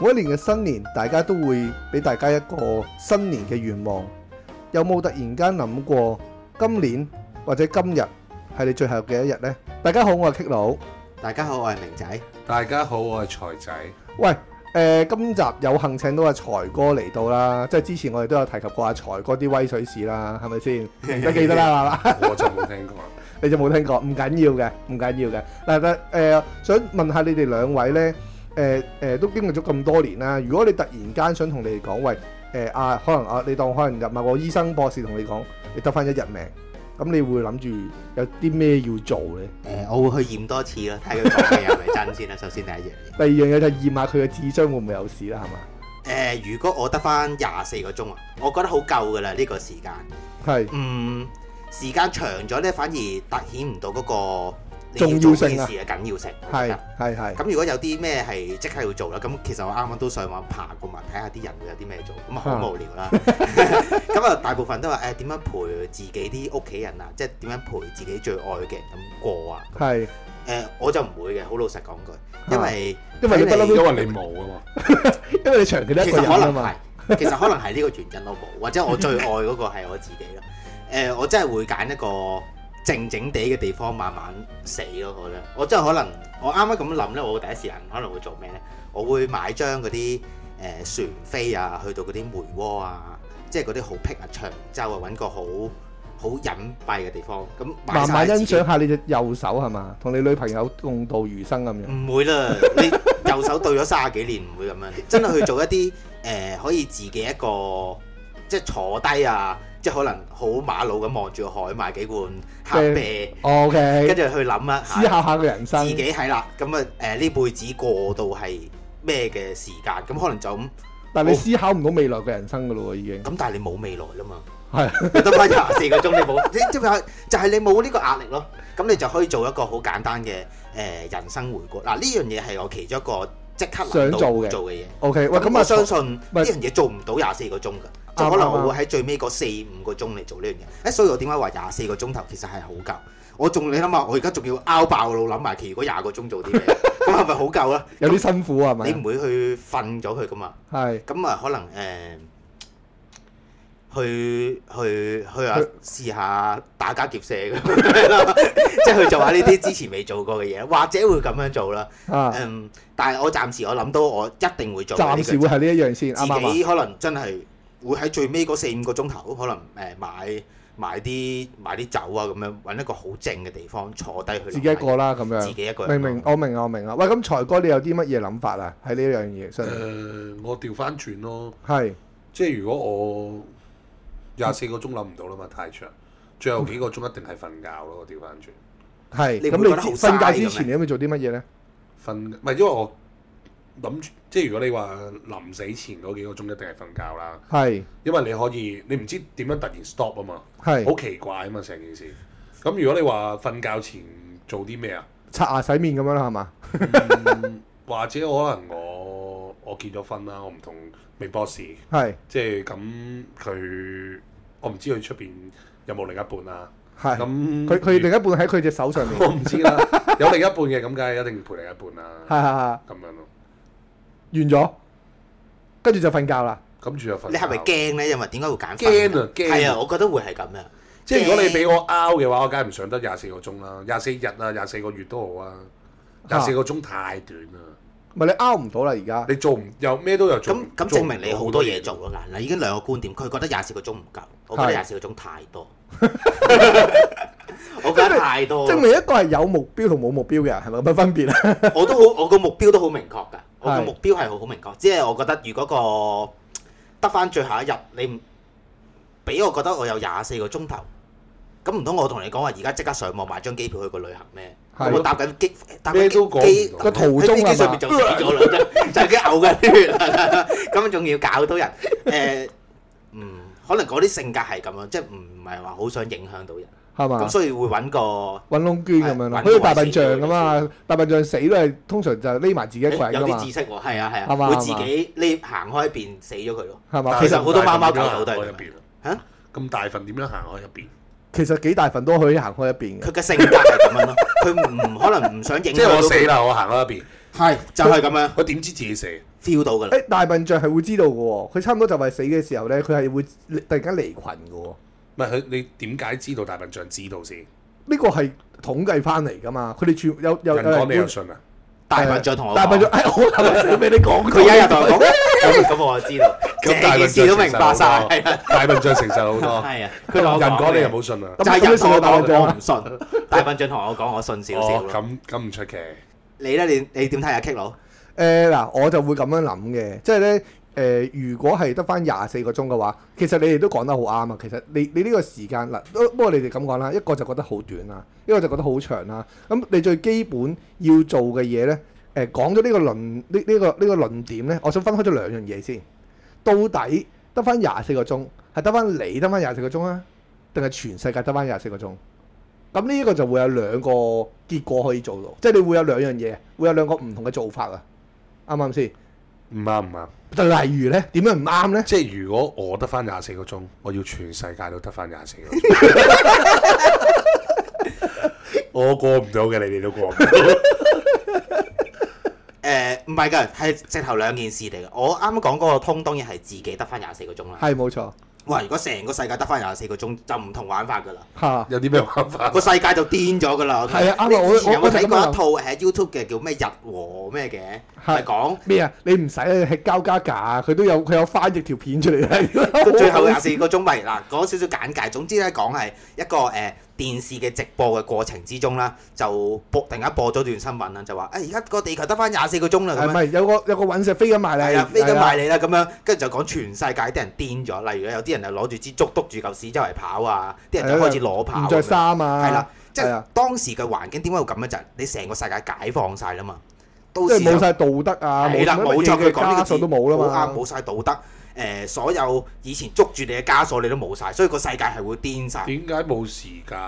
每一年嘅新年，大家都會俾大家一個新年嘅願望。有冇突然間諗過今年或者今日係你最後嘅一日呢？大家好，我係 K 佬。大家好，我係明仔。大家好，我係 財仔。喂，誒、今集有幸請到阿財哥嚟到啦，即係之前我哋都有提及過阿財哥啲威水史啦，係咪先？你記得啦，係嘛？我就冇聽過。你就冇聽過，唔緊要嘅，唔緊要嘅。嗱，但誒、呃想問下你哋兩位咧，誒、呃、呃都經歷咗咁多年啦。如果你突然間想同你哋講，喂，誒、啊，可能啊，你當可能入某個醫生博士同你講，你得翻一日命，咁你會諗住有啲咩要做咧？誒、我會去驗多次咯，睇佢講嘅嘢係咪真先啦。啊首先第一樣嘢，誒、第二樣嘢就驗下佢嘅智商會唔會有事啦，係如果我得翻廿四個鐘啊，我覺得好夠噶啦呢個時間。嘛？係嗯，時間長咗咧，反而突顯唔到嗰個你重要做性件啊事嘅緊要性。係。係係咁如果有啲咩係即刻要做啦，咁其實我啱啱都上網爬過埋，睇下啲人會有啲咩做，咁啊好無聊 啦。咁啊大部分都話誒點樣陪自己啲屋企人啊，即係點樣陪自己最愛嘅人咁過啊。係，誒、我就唔會嘅，好老實講句，因為啊因為你不嬲都因為你冇啊嘛。 因為你長期都一其個實人可啊能嘛係，，其實可能係呢個原因我冇，或者我最愛嗰個係我自己啦。誒、我真係會揀一個靜靜地嘅地方慢慢死咯。我覺得，我真係可能我啱啱咁諗咧，我第一時間可能會做咩咧？我會買張嗰啲誒船飛啊，去到嗰啲梅窩啊，即係嗰啲好僻啊、長洲啊，揾個好好隱蔽嘅地方，咁買慢慢晒欣自己賞下你隻右手係嘛，同你女朋友共度餘生咁樣。唔 會啦，你右手對咗三十幾年唔會咁樣，真係去做一啲誒、呃可以自己一個即係坐低啊，即係可能好馬路咁望住個海買幾罐黑啤， O 跟 K，住去諗啦，思考下佢人自生。己係啦，咁啊誒呢輩子過到係咩嘅時間，咁可能就咁，但哦你思考唔到未來嘅人生噶咯喎，已經咁但係你冇未來啦 嘛，係你得翻廿四個鐘，你冇，即即係就係你冇呢個壓力咯，咁你就可以做一個好簡單嘅誒、呃人生回顧，嗱呢樣嘢係我其中一個即刻諗想到做嘅做嘅嘢。 OK。喂，咁咁我啊，相信呢咪樣嘢做唔到廿四個鐘㗎，啱就可能啱我會喺最尾嗰四五個鐘嚟做呢樣嘢。誒，所以我點解話廿四個鐘頭其實係好夠？我仲你諗下，我而家仲要拗爆腦諗埋，其如果廿個鐘做啲 咩，咁係咪好夠啦？有啲辛苦啊係你唔咪？會去瞓咗佢㗎嘛？係咁啊，可能誒、去去去下去試下打家劫舍咁樣啦， 即係去做下呢啲之前未做過嘅嘢，或者會咁樣做啦。啊，嗯，但係我暫時我諗到我一定會做嘅呢個暫時會係呢一樣先，啱自唔啱啊？己可能真係會喺最尾嗰四五個鐘頭，可能誒買買啲買啲酒啊咁樣，揾一個好靜嘅地方坐低去諗下嘢。自己一個啦，咁自樣。己一個明人明，我明啊，我明啊。喂，咁財哥，你有啲乜嘢諗法啊？喺呢樣嘢誒、上面，我調翻轉咯，係即係如果我廿四個鐘諗唔到啦嘛，太長，最後幾個鐘一定係瞓覺咯。我調翻轉，係。你咁會覺得好你知瞓覺之嘥咁前，你有冇做啲乜嘢咧？瞓唔係因為我諗住，即係如果你話臨死前嗰幾個鐘一定係瞓覺啦，係因為你可以你唔知點樣突然 stop 啊嘛，係好奇怪啊嘛成件事。咁如果你話瞓覺前做啲咩啊？刷牙洗面咁樣啦，係嘛？嗯 或者可能我我結咗婚啦，我唔同微博士，係即係咁佢，我唔知佢出邊有冇另一半啦。係。咁佢佢另一半喺佢隻手上 面。我唔知 啦，有另一半嘅咁，梗係一定陪另一半啦。係係係。咁樣咯，完咗，跟住就瞓覺啦。咁住就瞓。你係咪？驚咧？因為點解會揀瞓驚啊驚啊係啊，我覺得會係咁樣。即係如果你俾我 out 嘅話，我梗係唔上得廿四個鐘啦，廿四日啊，廿四個月都好啊。廿四個鐘太短啦，咪你拗唔到啦，而家。你做唔又咩都有做唔咁。咁做證唔明你到好多嘢做咯嗱嗱，已經兩個觀點，佢覺得廿四個鐘唔夠，我覺係得廿四個鐘太多， 我覺得太多證。明一個係有目標同冇目標嘅人，係咪有乜分別啊？我都好，我 個目標都好明確㗎。我個係目標係好好明確，即係我覺得如果個得翻最後一日，你唔俾我覺得我有廿四個鐘頭，咁唔通我同你講話而家即刻上網買張機票去個旅行咩？係咁我搭緊機，搭緊咩機都講唔到個途中喺飛機上面就死咗啦，就已經嘔緊血啦，咁仲要搞到人誒，嗯，可能嗰啲性格係咁樣，即係唔係話好想影響到人，係嘛咁？所以會揾個。揾窿捐咁樣咯，係好似大笨象咁啊！大笨象死都係通常就匿埋自己一個人有噶啲嘛知，識喎，係啊係係嘛啊，會自己匿行開一邊死咗佢咯。係但嘛？係其其實實好多貓貓狗狗都係啊咁大份點咁嚇，樣行開一邊啊咁大份點樣行開入邊？其實幾大份都可以行開一邊嘅，佢嘅性格係咁樣咯，佢唔可能唔想影即係響我到死佢。啦！我行開一邊，係就係咁樣，我點知自己死？ feel 到㗎啦。誒大笨象係會知道嘅喎，佢差唔多就係死嘅時候咧，佢係會突然間離群嘅喎。唔係佢你點解知道大笨象知道先？呢個係統計翻嚟㗎嘛，佢哋全有有有人講你又人信啊？大笨象同我大笨象，講，哎我頭先俾你講佢一日同我講，咁咁我就知道，咁大成件笨象事都承明受白好晒。係啊多，大笨象承受好多。 係啊，佢同我人講你又嘅冇信啊？就係人同我大笨講，象我啊唔信。大笨象同我講，我信少少哦，咯。咁咁唔出奇。你咧，你你點睇啊？K 佬誒呃嗱，我就會咁樣諗嘅，即係咧誒，如果係得翻廿四個鐘嘅話，其實你哋都講得好啱啊。其實你你呢個時間嗱，都不過你哋咁講啦，一個就覺得好短啦，一個就覺得好長啦。咁你最基本要做嘅嘢咧，誒、呃講咗呢個論呢呢、個呢、個論點咧，我想分開咗兩樣嘢先。到底得翻廿四個鐘，係得翻你得翻廿四個鐘啊，定係全世界得翻廿四個鐘？咁呢一個就會有兩個結果可以做到，即係你會有兩樣嘢，會有兩個唔同嘅做法啊。啱唔啱先？唔啱唔啱，但例如咧，點樣唔啱咧？即係如果我得翻廿四個鐘，我要全世界都得翻廿四個鐘， 我過唔到嘅，你哋都過唔到。誒唔係㗎，係直頭兩件事嚟嘅。我啱啱講嗰個通當然係自己得翻廿四個鐘啦。係冇錯，哇！如果成個世界得翻廿四個鐘，就唔同玩法㗎啦。嚇有啲咩辦 法？個世界就癲咗㗎啦。啊係啊啱啊你我之前有我冇睇過我就咁諗一套誒 YouTube 嘅叫咩日和咩嘅？係係講咩啊？你唔使係交加價，佢都有佢有翻譯條片出嚟啊佢嘅。最後廿四個鐘咪嗱講少少簡介，總之咧講係一個誒、呃、電視嘅直播嘅過程之中啦，就播突然間播咗段新聞啦，就話誒而家個地球得翻廿四個鐘啦 係咁樣，咪有個有個隕石飛緊埋係啊嚟？飛緊埋嚟。你啦咁樣，跟住就講全世界啲人癲咗，例如有啲人就攞住支竹篤住嚿屎周圍跑啊，啲人就開始攞跑唔咁着樣，衫啊，係啦，，即係係啊當時嘅環境點解會咁咧？就係、你成個世界解放晒啦嘛，到即時係就冇晒道德啊，係啦，冇乜錯，嘢佢嘅講呢個枷字鎖都冇啦好嘛啱，。冇晒道德，誒、所有以前捉住你嘅枷鎖你都冇晒，所以個世界係會癲晒。點解冇時間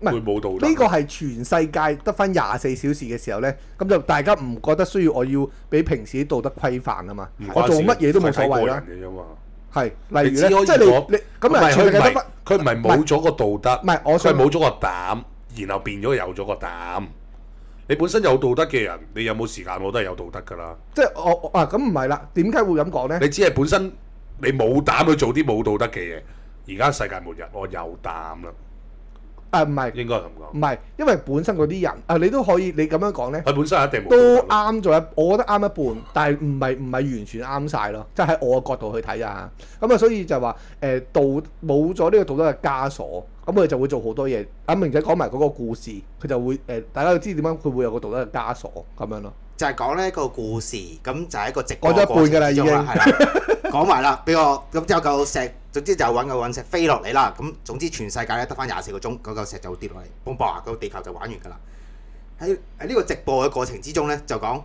唔係會冇道德？呢個係全世界得翻廿四小時嘅時候咧，咁就大家唔覺得需要我要俾平時啲道德規範啊嘛嗯唔。我關事做乜嘢都冇所謂係啦睇。個人嘅啫嘛。係，例如你只可咧，以即係講你你咁唔啊，係全世佢唔界得係翻佢唔係冇咗個道唔德，係我佢係想冇咗個膽，然後變咗有咗個膽。你本身有道德嘅人，你有冇時間我都係有道德㗎啦。即係我我啊咁唔係啦，點解會咁講咧？你只係本身你冇膽去做啲冇道德嘅嘢。而家世界末日，我有膽啦，啊唔係應該係咁講唔。係，因為本身嗰啲人啊，你都可以你咁樣講咧，佢本身係一定冇都道德啦。啱咗一，我覺得啱一半，但係唔係唔係完全啱晒咯，即係喺我嘅角度去睇啊。咁啊，所以就話誒道冇咗呢個道德嘅枷鎖，咁佢就會做好多嘢。阿明仔講埋嗰個故事，佢就會誒、大家都知點解佢會有個道德嘅枷鎖咁樣咯。就係講呢個故事，咁就係一個直播講咗一半㗎啦過程之中啦已經係啦，講埋啦，俾我咁有嚿石，總之就揾個隕石飛落嚟啦。咁總之全世界咧得翻廿四個鐘，嗰嚿石就跌落嚟，嘣嘣，個地球就玩完㗎啦。喺喺呢個直播嘅過程之中咧，就講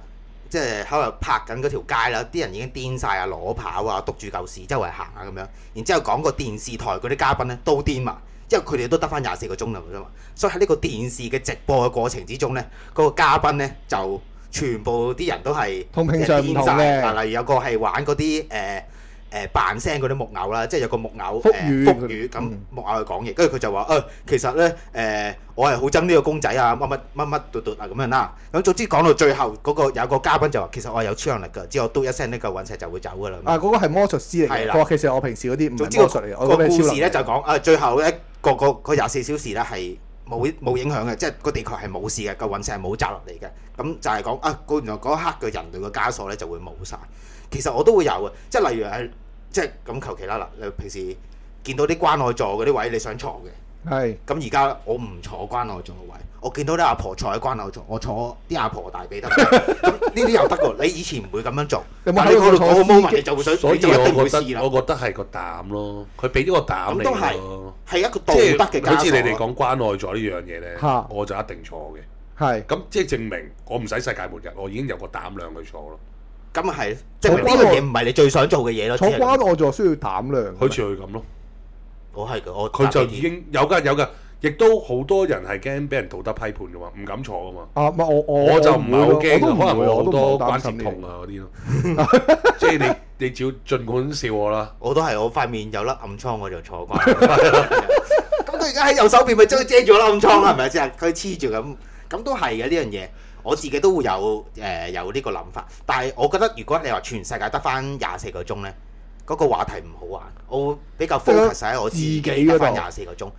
即係喺度拍緊嗰條街啦，啲人已經癲晒啊，攞跑啊，篤住嚿屎周圍行啊咁樣。然之後講個電視台嗰啲嘉賓咧都癲埋，因為佢哋都得翻廿四個鐘啦啫嘛。所以喺呢個電視嘅直播嘅過程之中咧，嗰、個嘉賓咧就全部啲人都係同平常唔同嘅癲晒嗱例如有個係玩嗰啲誒誒扮聲嗰啲木偶啦，即係有個木偶腹誒語腹語咁嗯木偶去講嘢，跟住佢就話誒、呃其實咧誒、呃我係好憎呢個公仔啊，乜乜乜乜嘟嘟啊咁樣啦。咁總之講到最後嗰、個有個嘉賓就話，其實我係有超能力㗎，之後嘟一聲呢嚿隕石就會走㗎啦。啊，嗰、個係魔術師嚟嘅，係啦佢話其實我平時嗰啲唔總之係魔術嚟嘅，個我個嗰啲係故超能事力咧就講啊，最後咧個個個廿四小時咧係冇冇影響嘅，即係個地球係冇事嘅，個隕石係冇砸落嚟嘅。咁就係講啊，嗰原來嗰一刻嘅人類嘅枷鎖咧就會冇晒。其實我都會有嘅，即係例如係即係咁求其啦嗱，你平時見到啲關愛座嗰啲位你想坐嘅。係咁而家我唔坐關愛座嘅位，我見到啲阿婆坐喺關愛座，我坐啲阿婆大髀得唔 得？咁呢啲又得喎，你以前唔會咁樣做，有冇但係你考慮過坐司嗰個機 moment 你就會想，所你以就一定我會覺試得啦。我覺得係個膽咯，佢俾咗個膽咁你都係咯。係一個道即係德嘅枷鎖。好似你哋講關愛咗呢樣嘢咧嚇，我就一定錯嘅。係。咁即係證明我唔使世界末日，我已經有個膽量去錯咯。咁啊係，即係呢關樣愛嘢唔係你最想做嘅嘢咯。坐只係咁關我座需要膽量嘅，啊好似佢咁咯，我係嘅，我佢就已已經有㗎有㗎，亦都好多人係驚俾人道德批判㗎嘛，唔敢錯㗎嘛。啊，唔係我我我就唔唔係好會驚咯我都唔啊可能會我有好多我都唔關擔心節呢痛啊嗰啲咯。即 係你你只要儘管笑我啦，我都係我塊面有粒暗瘡，我就 坐關。咁佢而家喺右手邊咪將佢遮住粒暗瘡啦，係咪先？佢黐住咁，咁都係嘅呢樣嘢。我自己都會有誒、呃有呢個諗法，但係我覺得如果你話全世界得翻廿四個鐘呢，嗰、個話題唔好玩，我會比較即係 focus 喺我自己自己嗰得翻度廿四個鐘，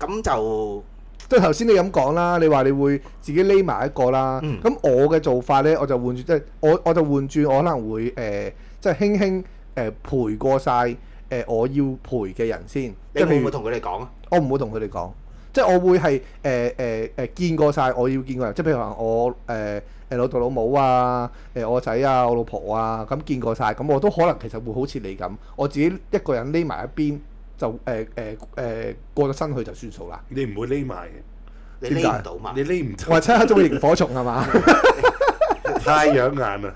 咁就即係頭先你咁講啦，你話你會自己匿埋一個啦。嗯咁、我嘅做法呢，我就換轉，即係我我就換轉，我可能會誒、呃即係輕輕誒、呃陪過晒誒、呃我要陪嘅人先。即你係譬會唔如會同佢哋講啊？我唔會同佢哋講，即係我會係誒誒誒見過晒我要見過人，即係譬如話我誒誒、老豆老母啊，誒、我仔啊，我老婆啊，咁見過晒，咁我都可能其實會好似你咁，我自己一個人匿埋一邊就誒誒誒過咗身去就算數啦。你唔會匿埋你嘅，點解匿唔到嘛？你匿唔出我係漆黑中嘅螢火蟲係嘛？太養眼啦。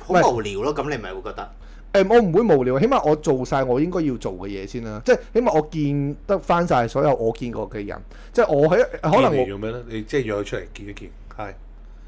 好喂無聊咯，咁你咪會覺得誒、我唔會無聊，起碼我做晒我應該要做嘅嘢先啦。即係起碼我見得翻晒所有我見過嘅人，即係我喺可能見我嚟做咩咧？你即係約佢出嚟見一見，係，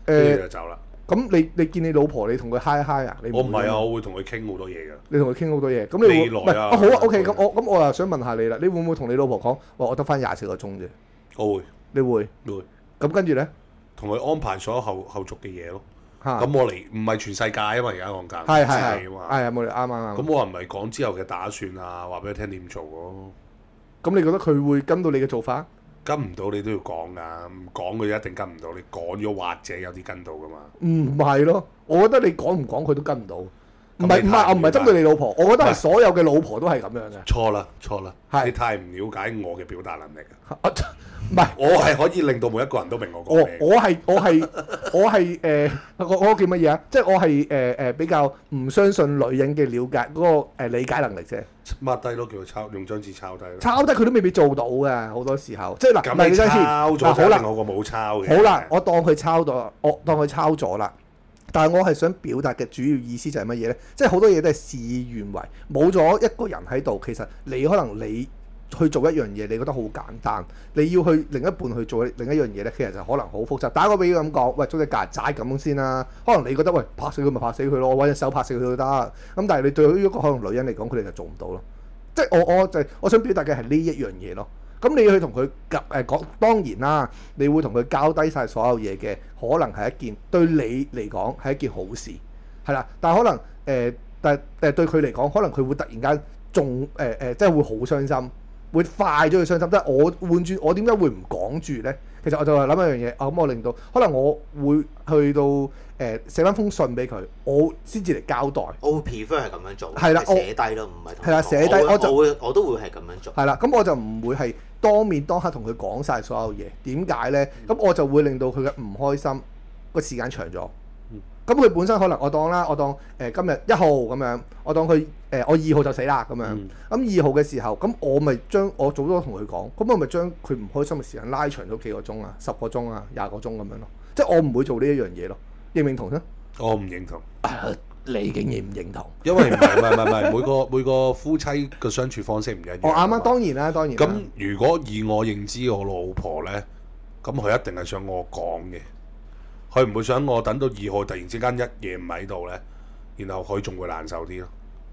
跟住誒就走啦。咁、你你見你老婆，你同佢嗨嗨啊？你我唔會係㗎啊，嘛我會同佢傾好多嘢㗎。你同佢傾好多嘢，咁你會未來唔係啊啊好啊，OK，嗯咁我咁我又想問下你啦，你會唔會同你老婆講，哇，我得翻廿四個鐘啫？我會你會會咁跟住咧同佢安排所有後後續嘅嘢咯。嚇，咁我嚟唔係全世界啊嘛，而家講緊啊係係全係世界啊嘛。係啊，冇你啱啱啱。咁我唔係講之後嘅打算啊，話俾佢聽點做咯。咁你覺得佢會跟到你嘅做法？跟唔到你都要講㗎，唔講佢一定跟唔到。你講咗或者有啲跟到㗎嘛。唔係咯，我覺得你講唔講佢都跟唔到。唔係你唔太係，我唔係了解針對你老婆，我覺得唔係係所有嘅老婆都係咁樣嘅。錯啦，錯啦，係你太唔了解我嘅表達能力啊。啊唔係，我係可以令到每一個人都明我我講咩。我係 我係我係誒，我我叫乜嘢啊？即係我係誒誒比較唔相信女人嘅了解嗰個呃理解能力啫。抹低咯，叫佢抄，用張紙抄低咯。抄得佢都未必做到嘅，好多時候即係嗱，咁你先抄嗱咗就啊好係啦，我個冇抄嘅。好啦，我當佢抄咗，我當佢抄咗啦。但係我係想表達嘅主要意思就係乜嘢呢？即係好多嘢都係事與願違，冇咗一個人喺度，其實你可能你去做一樣嘢，你覺得好簡單，你要去另一半去做另一樣嘢呢，其實就可能好複雜。打個比喻咁講，喂，捉只曱甴咁先啦，可能你覺得喂拍死佢咪拍死佢咯，我揾隻手拍死佢都得。咁但係你對於一個可能女人嚟講，佢哋就做唔到咯。即係我我就係我想表達嘅係呢一樣嘢咯。咁你去同佢夾誒講，當然啦，你會同佢交低晒所有嘢嘅，可能係一件對你嚟講係一件好事，係啦。但係可能誒、呃但誒、呃、對佢嚟講，可能佢會突然間仲誒誒，即係會好傷心，會快咗佢傷心。即係我換轉，我點解會唔講住咧？其實我就係諗一樣嘢，啊咁我令到可能我會去到誒、呃、寫翻封信俾佢，我先至嚟交代。我會 prefer 係咁樣做，係啦即係寫低咯，唔係同係啦佢講寫低我會我就我會我都會係咁樣做。係啦，咁我就唔會係當面當刻同佢講晒所有嘢。點解呢？嗯咁我就會令到佢嘅唔開心個時間長咗嗯。咁佢本身可能我當啦，我當誒、呃今日一號咁樣，我當佢誒、呃我二號就死啦咁樣。咁嗯二、號嘅時候，咁我咪將我早咗同佢講，咁我咪將佢唔開心嘅時間拉長咗幾個鐘啊，十個鐘啊，廿個鐘咁樣咯。即係我唔會做呢一樣嘢咯，認唔認同咧？我唔認同，你竟然唔認同？因為唔係唔係唔係每個每個夫妻嘅相處方式唔一樣。啊我哦啱啱當然啦，當然啦。咁如果以我認知我老婆呢，咁佢一定係想我講嘅，佢唔會想我等到二號突然之間一夜唔喺度呢，然後佢仲會難受啲咯。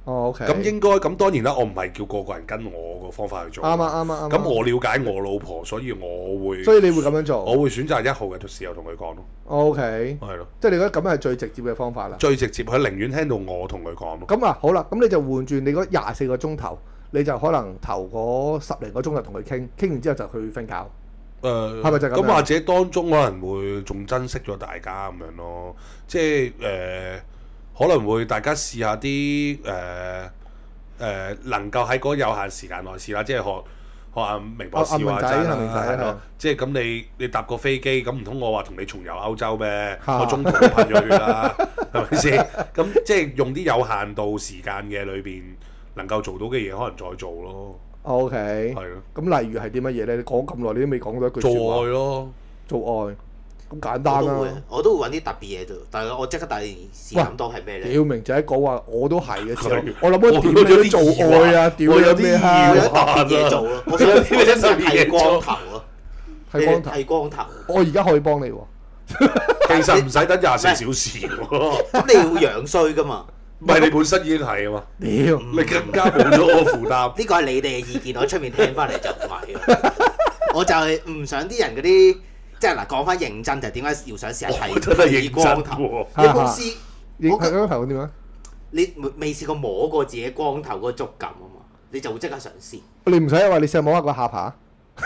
哦，OK。咁應該咁當然啦，我唔係叫個個人跟我個方法去做。啱啊，啱啊，啱啊。咁我了解我老婆，所以我會所以你會咁樣做？我會選擇一號嘅時候同佢講咯， O K，係咯，即係你覺得咁樣係最直接嘅方法啦。最直接，佢寧願聽到我同佢講咯。咁啊，好啦，咁你就換轉你嗰廿四個鐘頭，你就可能頭嗰十零個鐘就同佢傾，傾完之後就去瞓覺。誒，係咪就係咁樣呃咁或者當中可能會仲珍惜咗大家咁樣咯，即係誒、呃可能會大家試下啲誒誒能夠喺嗰有限時間內試啦，即係學學阿明博士哦阿明話仔齋阿明仔啦，係係咯啊，即係咁你你搭個飛機咁唔通我話同你重遊歐洲咩？嚇我中途都噴咗血 啦，係咪先？咁即係用啲有限度時間嘅裏邊能夠做到嘅嘢，可能再做咯， O K，係咯，咁例如係啲乜嘢咧？你講咁耐，你都未講到一句做説愛話，咯。做愛咁簡我單啊都會啦。，我都會揾啲特別嘢做，但係我即刻第一時諗到係咩咧？屌明仔講話我都係嘅時候係，我諗緊點你都做愛啊？屌我有你啲咩我有閪啲特別嘢做 咯，我想啊有我啲咩想特別嘢剃做光頭咯，剃光頭， 剃光頭。我而家可以幫你喎。其實唔使等廿四小時喎，咁你會樣衰噶嘛？唔係你本身已經係啊嘛，屌，你更加冇咗個負擔。呢個 係你哋嘅意見，我喺出面聽翻嚟就唔係嘅。我就係唔想啲人嗰啲，即即係嗱講翻認真就係點解要想試下我真係剃認光真頭？喎，你冇試，影我係嗰個頭點啊？你未未試過摸過自己光頭嗰個觸感啊嘛，你就會即刻嘗試。你唔使話你上網下個下巴，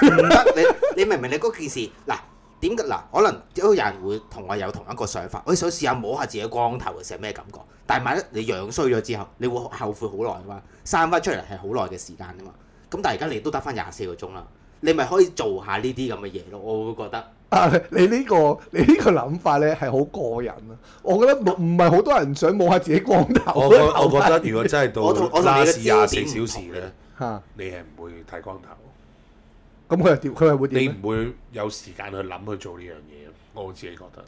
唔得，你 你明唔明？你嗰件事嗱點解嗱？可能都有人會同我有同一個想法，我想試下摸下自己光頭嘅時候咩感覺。但係萬一你樣衰咗之後，你會後悔好耐噶嘛？生翻出嚟係好耐嘅時間噶嘛。咁但係而家你都得翻廿四個鐘啦，你咪可以做下呢啲咁嘅嘢咯。我會覺得啊！你呢、個你呢個諗法咧係好過人啊！我覺得冇唔係好多人想摸下自己光頭我覺我覺得如果真係我同我同到你嘅拉士焦廿點四唔小時同咧，嚇，你係唔會剃光頭，咁佢係點？佢係會點你呢？唔會有時間去諗去做呢樣嘢。我自己覺得，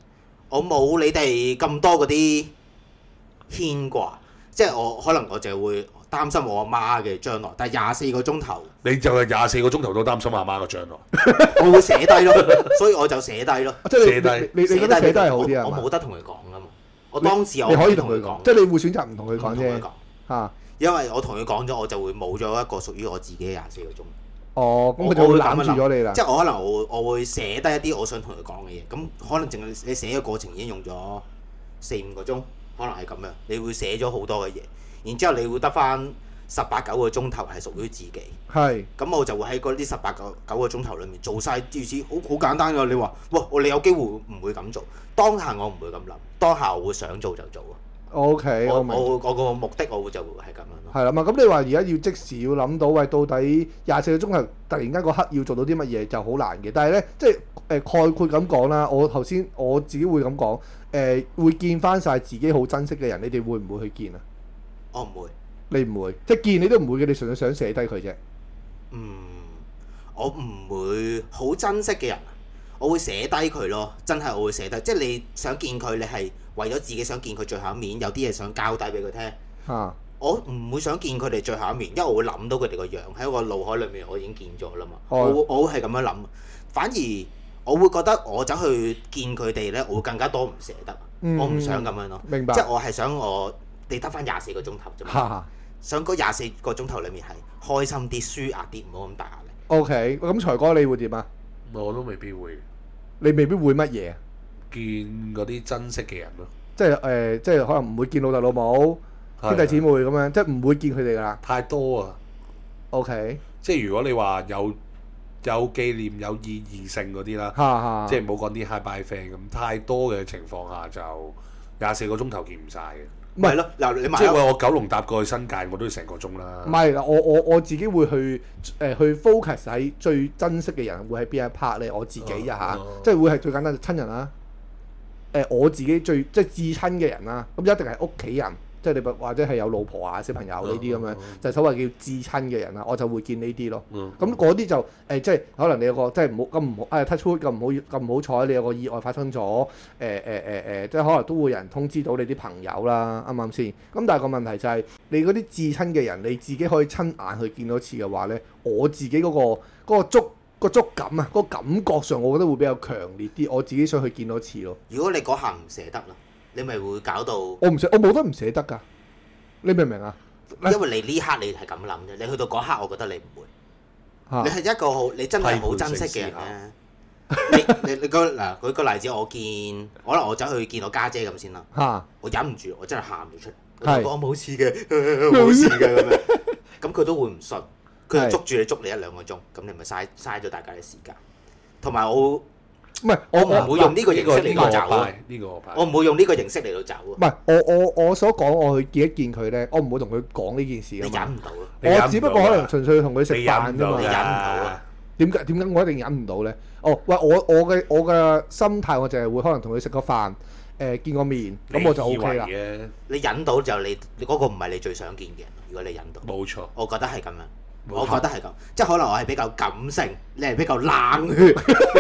我冇你哋咁多嗰啲牽掛，即係我可能我就會擔心我阿媽嘅將來，但係廿四個鐘頭。你就係廿四個鐘頭都擔心阿媽個將來。我會寫低咯，所以我就寫低咯。啊即係寫低你你你你覺得寫低係好啲啊？我係嘛冇得同佢講噶嘛。我當時我你可以同同佢佢講，講，即係你會選擇唔同佢唔同講佢啫講，嚇。因為我同佢講咗，我就會冇咗一個屬於我自己嘅廿四個鐘。哦，咁我佢就我會會咁攬樣住咗你啦即。係我可能我會我會寫低一啲我想同佢講嘅嘢，咁可能淨係你寫嘅過程已經用咗四五個鐘，可能係咁樣。你會寫咗好多嘅嘢，然之後你會得翻十八九個鐘頭係屬於自己。係咁我就會喺嗰啲十八九九個鐘頭裏面做晒諸如此，好好簡單㗎。你話，哇！我你有機會唔會咁做？當下我唔會咁諗，當下我會想做就做啊。 ，OK，我我明。我我個目的我會就會係咁樣咯。係啦嘛，咁你話而家要即時要諗到，喂，到底廿四個鐘頭突然間嗰刻要做到啲乜嘢就好難嘅。但係咧，即係誒、呃概括咁講啦，我頭先我自己會咁講，誒、呃會見翻晒自己好珍惜嘅人，你哋會唔會去見啊？我唔會，你唔會，即係見你都唔會嘅，你純粹想寫低佢啫。嗯，我唔會好珍惜嘅人，我會寫低佢咯。真係我會寫低，即係你想見佢，你係為咗自己想見佢最後一面，有啲嘢想交低俾佢聽。嚇、我唔會想見佢哋最後一面，因為我會諗到佢哋個樣喺我腦海裏面，我已經見咗啦嘛。哦我會我會係咁樣諗，反而我會覺得我走去見佢哋呢，我會更加多唔捨得，嗯我唔想咁樣咯。明白 即係我係想我哋得翻廿四個鐘頭啫嘛，嚇想嗰廿四個鐘頭裡面係開心啲、舒壓啲，唔好咁大壓力。 ，OK，咁財哥你會點啊？我都未必會你未必會乜嘢，見嗰啲珍惜嘅人咯。即係誒、呃即係可能唔會見老豆老母、兄弟姊妹咁樣，即係唔會見佢哋噶啦。太多啊！ OK，即係如果你話有有紀念有意義性嗰啲啦，嚇嚇，即係唔好講啲 high bye friend 咁，太多嘅情況下就廿四個鐘頭見唔晒嘅。唔係咪咯，嗱你買即係我九龍搭過去新界，我都要成個鐘啦唔。係嗱，我我我自己會去誒、去 focus 喺最珍惜嘅人會喺邊一 part 咧，我自己啊嚇，哦即係會係最簡單就親人啦。誒、呃我自己最即係至親嘅人啦，咁一定係屋企人，即係你或者係有老婆啊、小朋友呢啲咁樣哦哦，就所謂叫至親嘅人啦，我就會見呢啲咯。嗯咁嗰啲就誒、即係可能你有個即係唔好咁唔好誒 touch wood 咁唔好咁唔好彩，你有個意外發生咗誒誒誒誒，即係可能都會有人通知到你啲朋友啦，啱唔啱先？咁但係個問題就係、你嗰啲至親嘅人，你自己可以親眼去見到一次嘅話咧，我自己嗰、個嗰、個觸個觸感啊，嗰個感覺上，我覺得會比較強烈啲，我自己想去見多次咯。如果你嗰下唔捨得啦，你咪會搞到，我唔捨，我冇得唔捨得㗎，你明唔明啊？因為你呢刻你係咁諗啫，你去到嗰刻，我覺得你唔會。嚇你係一個好，你真係好珍惜嘅人咧。你你你個嗱舉個例子，我見可能我走去見我家姐咁先啦，嚇我忍唔住，我真係喊咗出嚟。我係就講我冇 事嘅，冇事嘅咁樣。咁佢都會唔信，佢係就捉住你捉你一兩個鐘，咁你咪嘥嘥咗大家嘅時間。同埋我唔係我我唔會用呢個呢形個式呢嚟個到我走啊，拜，呢個我拜。我唔會用呢個形式嚟到走唔啊，係我我我所講，我去見一見佢咧，我唔會同佢講呢件事你㗎嘛忍。唔到啊咯。你忍我唔只不到過可㗎能純粹同佢食你忍飯唔啫到你嘛忍。㗎唔到啊！點解點解我一定忍唔到呢？哦，喂，我我嘅我嘅心態，我就係會可能同佢食個飯，誒、見個面，咁我就你以 O K 啦。為你忍到就你你嗰個唔係你最想見嘅人，如果你忍到嘅，。冇錯。我覺得係咁樣，冇錯我覺得係咁，即係可能我係比較感性，你係比較冷血。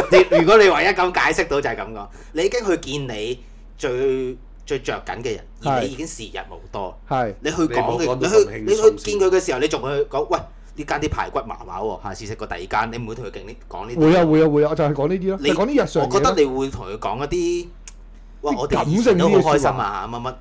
你如果你唯一咁解釋到就係咁講，你已經去見你最最著緊嘅人，而係你已經時日無多，係你去講嘅，你冇講你到去咁你輕鬆去見佢嘅時候，你仲去講喂呢間啲排骨麻麻喎，下次食過第二間，你唔會同佢勁呢講呢啲。會啊會啊會啊，我就係講呢啲咯，你就講啲日常我覺得嘢咯。你會同佢講一啲，哇！啲我哋感以性前啲都嘅好開心説啊，乜乜，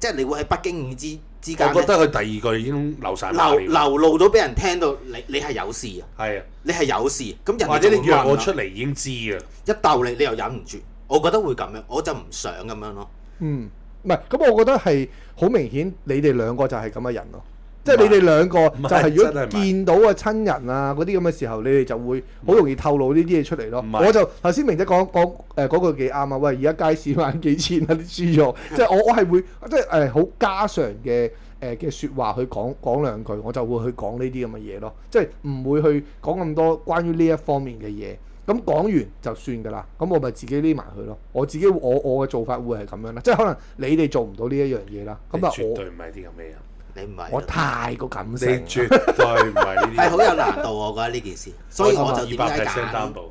即係你會喺不經意之之間我呢覺得佢第二句已經流晒馬流尿，流露到俾人聽到你你係有事啊，係啊，你係有事，咁人哋或者就會你約問我啦出嚟已經知啊，一鬥你，你又忍唔住，我覺得會咁樣，我就唔想咁樣咯。嗯，唔係，咁我覺得係好明顯，你哋兩個就係咁嘅人咯。即係你哋兩個唔係就係如真果係唔係見到啊親人啊嗰啲咁嘅時候，你哋就會好容易透露呢啲嘢出嚟咯唔。係我就頭先明姐講講誒嗰句幾啱啊！喂，而家街市萬幾錢啊啲豬肉，即係我我係會即係誒好家常嘅誒呃嘅説話去講講兩句，我就會去講呢啲咁嘅嘢咯。即係唔會去講咁多關於呢一方面嘅嘢。咁講完就算㗎啦，咁我咪自己匿埋佢咯。我自己我我嘅做法會係咁樣啦，即係可能你哋做唔到呢一樣嘢啦。你咁啊，絕我對唔係啲咁嘅人，你唔係，我太過感你性啦，絕對唔係呢啲 係好人，有難度，我覺得呢件 事，所以我就點二百解 percent 擔揀？保，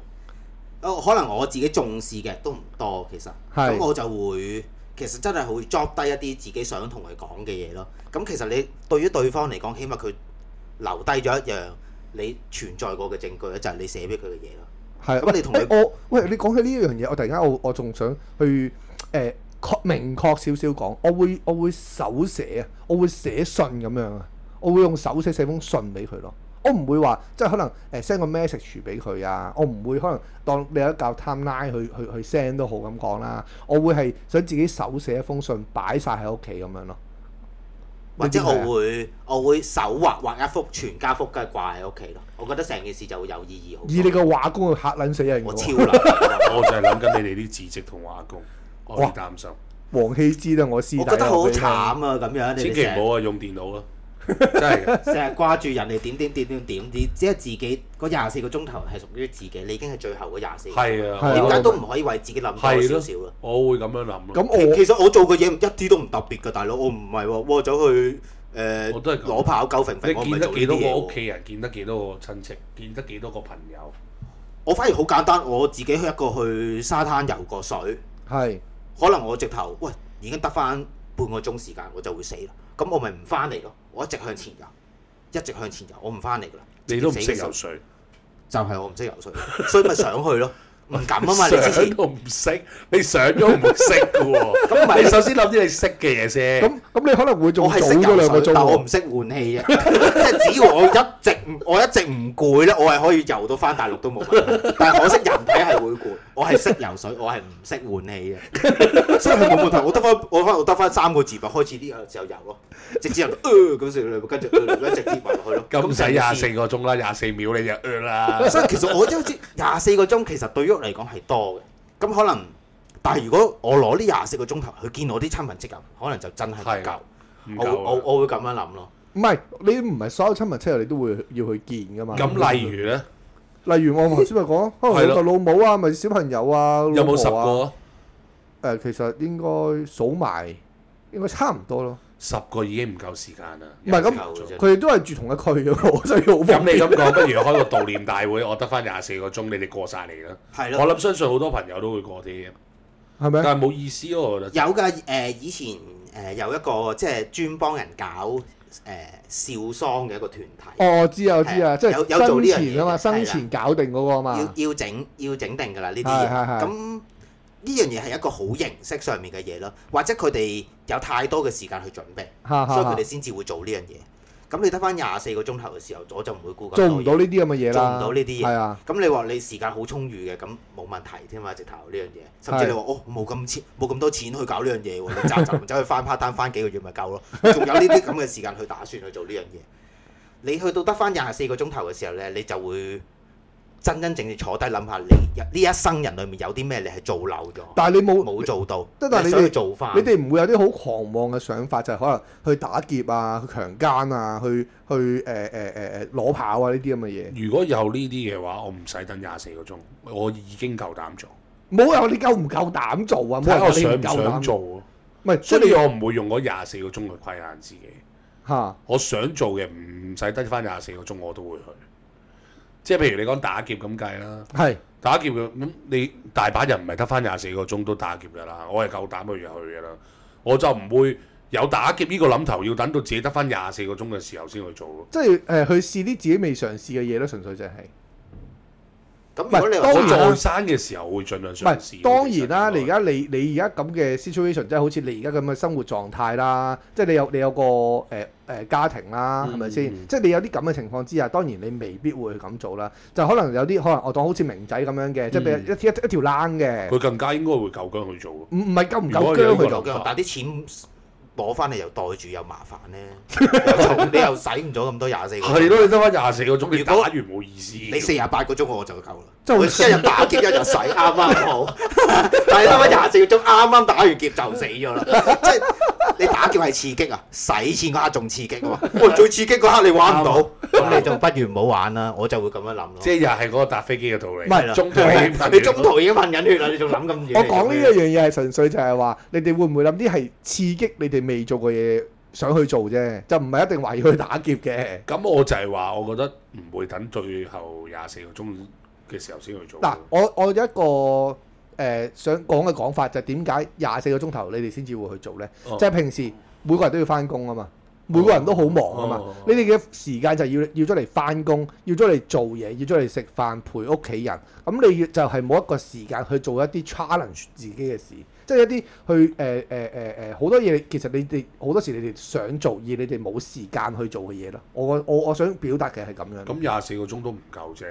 哦可能我自己重視嘅都唔多，其實係咁我就會其實真係會 drop 低一啲自己想同佢講嘅嘢咯。咁其實你對於對方嚟講，起碼佢留低咗一樣你存在過嘅證據咧，就係你寫俾佢嘅嘢咯。係啊咁喂你同誒佢我喂你講起呢一樣嘢，我突然間我我仲想去誒確明確少少講，我會我會手寫啊，我會寫信咁樣啊，我會用手寫寫封信俾佢咯。我唔會話即係可能誒 send 個 message 俾佢啊，我唔會可能當你有一嚿 timeline 去去去 send 都好咁講啦，我會係想自己手寫一封信擺晒喺屋企咁樣咯。或者你點睇啊我會我會手畫畫一幅全家福，跟住掛喺屋企咯。我覺得成件事就會有意義好以你多。個畫工去嚇撚死人我㗎超喎， 能。我就係諗緊你哋啲字跡同畫工，我有啲擔心，黃羲之都係我師弟啊，我覺得好我俾你慘啊！咁樣你千哋祈成唔好啊用電腦啊，真係嘅， 成日掛住人哋點點點點點點，即係自己嗰廿四個鐘頭係屬於自己，你已經係最後嗰廿四。係啊，係點啊解都唔可以為自己諗多係少咯少啊？我會咁樣諗咯，咁其我其實我做嘅嘢一啲都唔特別㗎，大佬，我唔係喎，我走去誒我都係咁攞炮狗揈揈，我你唔係做見得呢幾啲多嘢個屋喎。企人，見得幾多個親戚，見得幾多個朋友，我反而好簡單，我自己去一個去沙灘游個水，係。可能我直頭喂已經得翻半個鐘時間，我就會死啦。咁我咪唔翻嚟咯，我一直向前游，一直向前游，我唔翻嚟㗎啦。你都唔自己死嘅時識候游水。就係我唔識游水，所以咪上去咯，唔敢啊嘛！你之前 上都唔識，你上咗唔識嘅喎。咁咪你首先諗啲你識嘅嘢先。咁咁你可能會仲我係早識咗兩個游水，鐘但我喎唔，識換氣啫。 即係只要我一直唔我一直唔攰咧，我係可以游到翻大陸都冇問 題。但係可惜人體係會攰，我係識游水，我係唔識換 氣嘅，所以係冇問題。我得翻我可能得翻三個字咪開始呢個時候游咯，直接游到呃咁時你咪跟住呃一直跌埋落去咯。咁唔使廿成四個鐘啦，廿四秒你就呃啦件事。所以其實我一開始廿四個鐘其實對於我嚟講係多嘅，咁可能。但係如果我攞呢廿四個鐘頭去見我啲親朋戚友，可能就真係唔夠係。唔我會我夠啊。我會咁樣諗咯。唔係你唔係所有親密戚友你都會要去見噶嘛？咁例如咧，例如我頭先咪講，可能係老咯豆老母啊，咪小朋友啊，有冇十老婆啊？個？誒，其實應該數埋，應該差唔多咯。十個已經唔夠時間啦。唔係咁有時間佢哋都係住同一區嘅 喎，所以好咁方你便。咁講，不如開個悼念大會，我得翻廿四個鐘，你哋過晒嚟啦。係我咯，諗相信好多朋友都會過啲，係 咪？但係冇意思咯，我覺得。有㗎。誒、以前誒、有一個即係專幫人搞誒、少喪嘅一個團體，哦，我知啊，我知啊，係即有有做呢係生前啊樣嘢嘛，嘅係生啦前搞定嗰個啊嘛，要要整要整定㗎啦呢啲係嘢。係係咁呢樣嘢係一個好形式上面嘅嘢咯，或者佢哋有太多嘅時間去準備，嚇所以佢嚇嚇哋先至會做呢樣嘢。咁你得翻廿四個鐘頭嘅時候，我就唔會顧咁做多唔嘢到呢啲咁嘅嘢啦，做唔到呢啲嘢係啊，咁你話你時間好充裕嘅，咁冇問題添嘛，啊直頭呢樣嘢。甚至你話哦，冇咁錢，冇咁多錢去搞呢樣嘢喎，你集集走去翻 part time 翻幾個月咪夠咯。仲有呢啲咁嘅時間去打算去做呢樣嘢。你去到得翻廿四個鐘頭嘅時候咧，你就會真真正正坐低諗下你呢一生人裡面有啲咩你係做漏咗，但係你冇冇做到，但係你哋想去做啊翻你。哋唔會有啲好狂妄嘅想法，就係、可能去打劫啊、去強姦啊、去去誒誒誒誒攞跑啊呢啲咁嘅嘢。如果有呢啲嘅話，我唔使等廿四個鐘，我已經夠膽做。冇人話你夠唔夠膽做啊？冇人睇話我你想唔唔夠膽做，想做咯。唔係即所係以你我唔會用嗰廿四個鐘去規限自己。嚇我想做嘅唔使得翻廿四個鐘，我都會去。即係譬如你講打劫咁計啦，係打劫嘅咁你大把人唔係得翻廿四個鐘都打劫㗎啦，我係夠膽去去㗎啦，我就唔會有打劫呢個諗頭，要等到自己得翻廿四個鐘嘅時候先去做咯。即係誒去試啲自己未嘗試嘅嘢咯，純粹就係、咁如果你話唔係我當然啦在生嘅時候會盡量唔嘗試係嘅。當然啦，其實你而家你你而家咁嘅 situation，即係好似你而家咁嘅生活狀態啦，即係你有你有個誒誒、呃家庭啦，係咪先？嗯即係你有啲咁嘅情況之下，當然你未必會去咁做啦。就可能有啲可能我當好似明仔咁樣嘅，即係俾人嗯一一一條冷嘅，佢更加應該會夠姜去做咯。唔唔係夠唔如夠果有姜呢個去有做諗。法嘅，但係啲錢攞翻嚟又袋住又麻煩咧，又你又使唔咗咁多廿四個鐘。係咯，你得翻廿四個鐘，你如打果完冇意思。你四廿八個鐘我就夠啦，即係好我一日打劫一日使，啱啱好。 但係得翻廿四個鐘，啱啱打完劫就死咗啦。 即係你打劫係刺激啊，使錢嗰刻仲刺激啊 嘛。喂，最刺激嗰刻你玩唔到，啊咁你就不如唔好玩啦。我就會咁樣諗咯。即係又係嗰個搭飛機嘅道理。唔係啦 中途你中途已經噴緊血啦，你仲諗咁遠？我講呢一樣嘢係純粹就係話，你哋會唔會諗啲係刺激你哋未做過嘢想去做啫，就唔係一定話要去打劫嘅。咁我就係話，我覺得唔會等最後廿四個鐘嘅時候先去做。嗱，我我有一個誒、呃想講嘅講法就係點解廿四個鐘頭你哋先至會去做呢？哦即係平時每個人都要翻工啊嘛，每個人都好忙啊嘛，哦你哋嘅時間就要要咗嚟翻工，要咗嚟做嘢，要咗嚟食飯陪屋企人，咁你就係冇一個時間去做一啲 challenge 自己嘅事。即係一啲去呃誒誒誒誒好多嘢，其實你哋好多時你哋想做，而你哋冇時間去做嘅嘢咯。我我我想表達嘅係咁樣。咁廿四個鐘都唔夠啫，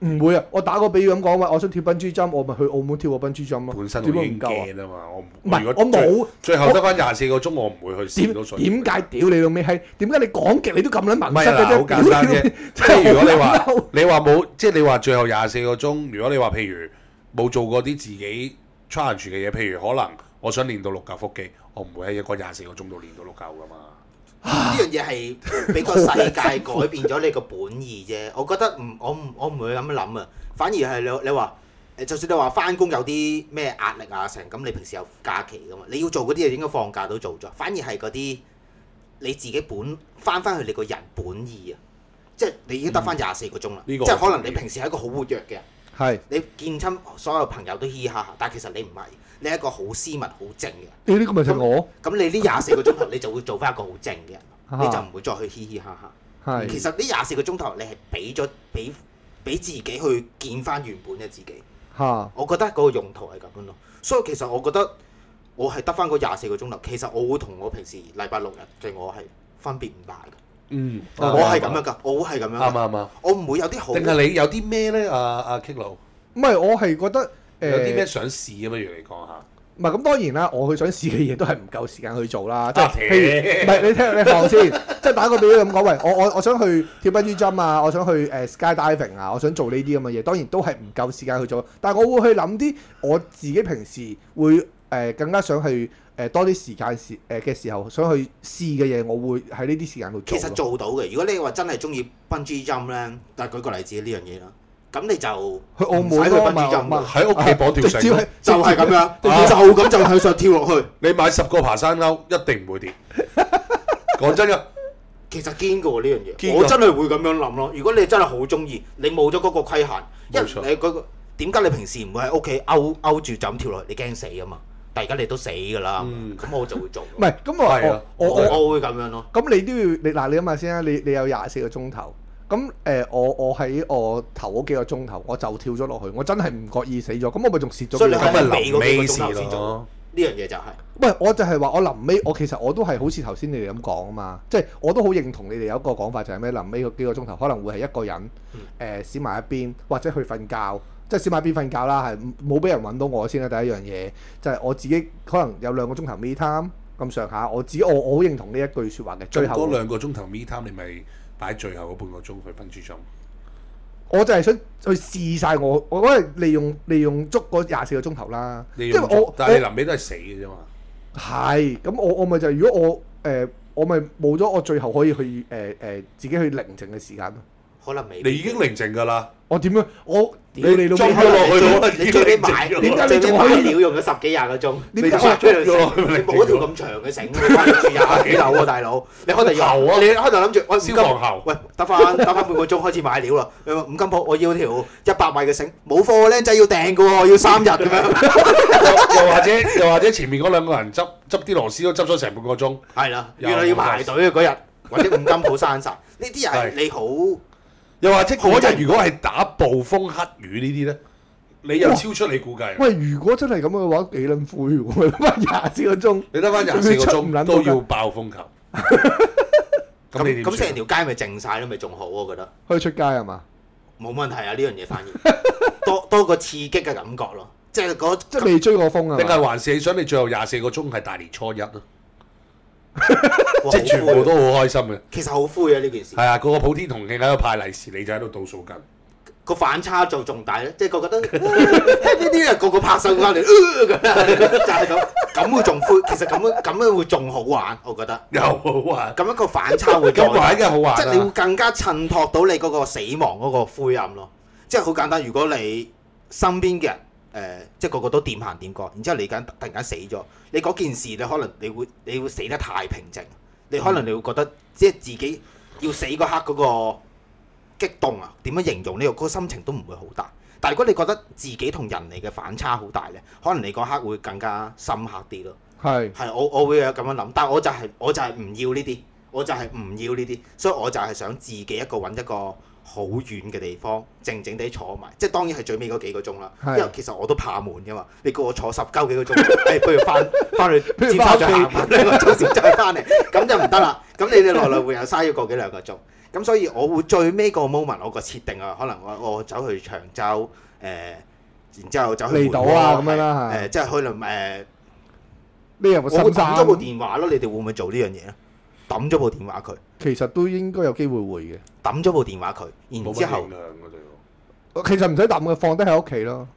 唔會啊！我打個比喻咁講，喂，我想跳笨豬 jump，我咪去澳門跳個笨豬 jump 咯。本身點我解已唔經夠啊？驚啊嘛，我唔唔係如我果最冇最後得翻廿四個鐘，我唔會去試點到水。點解啊屌你老味閪？點解你講極你都咁撚唔盲塞係啦，啊嘅好啫？簡單啫。即真係係如果你好話嬲你話冇，即係你話最後廿四個鐘，如果你話譬如冇做過啲自己 challenge 嘅嘢，譬如可能我想練到六嚿腹肌，我唔會喺一個廿四個鐘度練到六嚿噶嘛。呢樣嘢係俾個世界改變咗你個本意啫。我覺得唔，我唔，我唔會咁諗啊。反而係你你話誒，就算你話翻工有啲咩壓力啊成，咁你平時有假期噶嘛？你要做嗰啲嘢應該放假都做咗。反而係嗰啲你自己本翻翻去你個人本意啊，即係你已經得翻廿四個鐘啦。嗯呢個即係可能我同你意平時係一個好活躍嘅人。係你見親所有朋友都嘻哈哈，但係其實你唔係，你係一個好斯文、好靜嘅人。你呢個咪就係我咁你呢廿四個鐘頭你就會做翻一個好靜嘅人，啊你就唔會再去嘻嘻哈哈。其係實呢廿四個鐘頭你係俾咗俾俾自己去見翻原本嘅自己，嚇我覺得嗰個用途係咁樣咯。所以其實我覺得我係得翻嗰廿四個鐘頭，其實我會同我平時禮拜六日嘅我係分別唔大嘅。嗯，哦我係咁樣㗎，我會係咁樣啱啊啊㗎，啱啱。我唔會有啲好定係你有啲咩啊咧？阿阿 K 佬唔係我係覺得有啲咩誒，想試啊？不如你講下。唔係咁當然啦，我去想試嘅嘢都係唔夠時間去做啦。即係啊譬如唔屌係你聽你講先，即係打個比喻咁講，喂，我我我想去跳笨豬 jump 啊，我想去誒 skydiving 啊，我想做呢啲咁嘅嘢，當然都係唔夠時間去做，但係我會去諗啲我自己平時會誒、呃更加想去誒、呃多啲時間時誒嘅時候想去試嘅嘢，我會喺呢啲時間度做其咯。實做到嘅。如果你話真係中意 bungee jump 咧，但係舉個例子呢樣嘢啦，咁你就去澳唔門使去咯， bungee 咪 jump 㗎咪喺屋企綁條直接繩係，就係咁樣，就咁就向上跳落去。 你買十個爬山鈎一定 唔會跌。講真噶，其實堅嘅喎呢樣堅嘢，㗎我真係會咁樣諗咯。如果你真係好中意，你冇咗嗰個規限，因冇錯為你嗰個點解你平時唔會喺屋企勾勾住就咁跳落去，你驚死啊嘛。但而家你都死㗎啦，嗯咁我就會做咯。唔係咁係啊我我我我我會咁樣咯。咁你都要你嗱，你諗下先啦，你你有廿四個鐘頭，咁誒、呃我我喺我頭嗰幾個鐘頭，我就跳咗落去，我真係唔覺意死咗，咁我咪仲蝕咗所以幾你個咁鐘。係咪尾嗰臨幾個尾鐘頭試先咯做。呢樣嘢就係喂，我就係話我臨尾，我其實我都係好似頭先你哋咁講啊嘛，即係我都好認同你哋有一個講法就係咩臨尾嗰幾個鐘頭可能會係一個人嗯誒閃埋一邊，或者去瞓覺，即係閃埋一邊瞓覺啦，係唔冇俾人揾到我先啦。第一樣嘢就係、我自己可能有兩個鐘頭 me time 咁上下，我自己我我好認同呢一句説話嘅。最最後嗰兩個鐘頭 me time，你咪擺最後嗰半個鐘去 bungee jump。我就係想去試晒我，我覺得利用利用足嗰廿四個鐘頭啦，你因用為我但係你臨尾都係死嘅啫嘛。我係咁我我咪就係如果我誒、呃我咪冇咗我最後可以去誒誒、呃自己去寧靜嘅時間咯。可能未必。你已經寧靜㗎啦，我點樣？我屌你老裝咗味！落去咯，你最尾買，點解你最尾仲買可以料用咗十幾廿個鐘？點解你畫出嚟咗落去繩你冇一條咁長嘅繩，你掛住廿幾樓喎，大佬。你開頭以為喉啊你開頭諗住我消防喉喂，得翻得翻半個鐘開始買料啦。你話五金鋪，我要條一百米嘅繩，冇貨，僆仔要訂嘅喎，要三日咁 樣。 又又或者又或者前面嗰兩個人執執啲螺絲都執咗成半個鐘，係啦，有啊原來要排隊嘅嗰日，或者五金鋪閂晒。呢啲係係你好又或者嗰日如果係打暴風黑雨呢啲咧，你又超出你估計，喂，如果真係咁嘅話，幾撚灰喎？乜廿四個鐘？你得翻廿四個出唔撚到鐘㗎都要爆風球，咁你咁點咁算啊成條街咪靜晒咯，咪仲好我覺得可以出街係嘛？冇問題啊！呢樣嘢反而 多多個刺激嘅感覺咯，即係嗰即係未追過風啊？定係還是你想你最後廿四個鐘係大年初一啊？哇即係全好灰部啊都好開心嘅。其實好灰啊呢件事係，啊，個個普天同慶喺度派利是，你就喺度倒數緊。個反差就仲大咧，即係個 個都呢啲啊個個拍手翻嚟，呃咁樣就係咁，咁會仲灰，其實咁樣咁樣會仲好玩，我覺得又好玩，咁樣個反差會再咁玩嘅好玩即係你會啊！更加襯托到你嗰個死亡嗰個灰暗咯。即係好簡單，如果你身邊嘅人誒、呃即係個個都掂行掂過，然之後你間突然間死咗，你嗰件事你可能你會你會死得太平靜，你可能嗯你會覺得即係自己要死嗰刻嗰個激動啊，點樣形容呢、個嗰個心情都唔會好大。但係如果你覺得自己同人哋嘅反差好大呢，可能你嗰刻會更加深刻啲咯。係係我我會有咁樣諗，但係我就係、我就係唔要呢啲，我就係唔要呢啲，所以我就係想自己一個揾一個好遠嘅地方，靜靜地坐埋，即係當然係最尾嗰幾個鐘啦。因係為其實我都怕悶噶嘛，你叫我坐十鳩幾個鐘， 係不如翻翻去不如尖沙咀返屋企行下兩個鐘先再翻嚟，咁就唔得啦。咁你哋來來回又嘥咗個幾兩個鐘，咁所以我會最尾個 moment 我個設定啊，可能我我走去長洲誒。然之後走去離島啊咁樣啦誒，即係呃可能誒呢有個我新會抌咗部衫，電話咯，你哋會唔會做呢樣嘢咧？抌咗部電話佢，其實都應該有機會回嘅。抌咗部電話佢，然冇之乜後後，量我哋其實唔使抌嘅，放低喺屋企咯。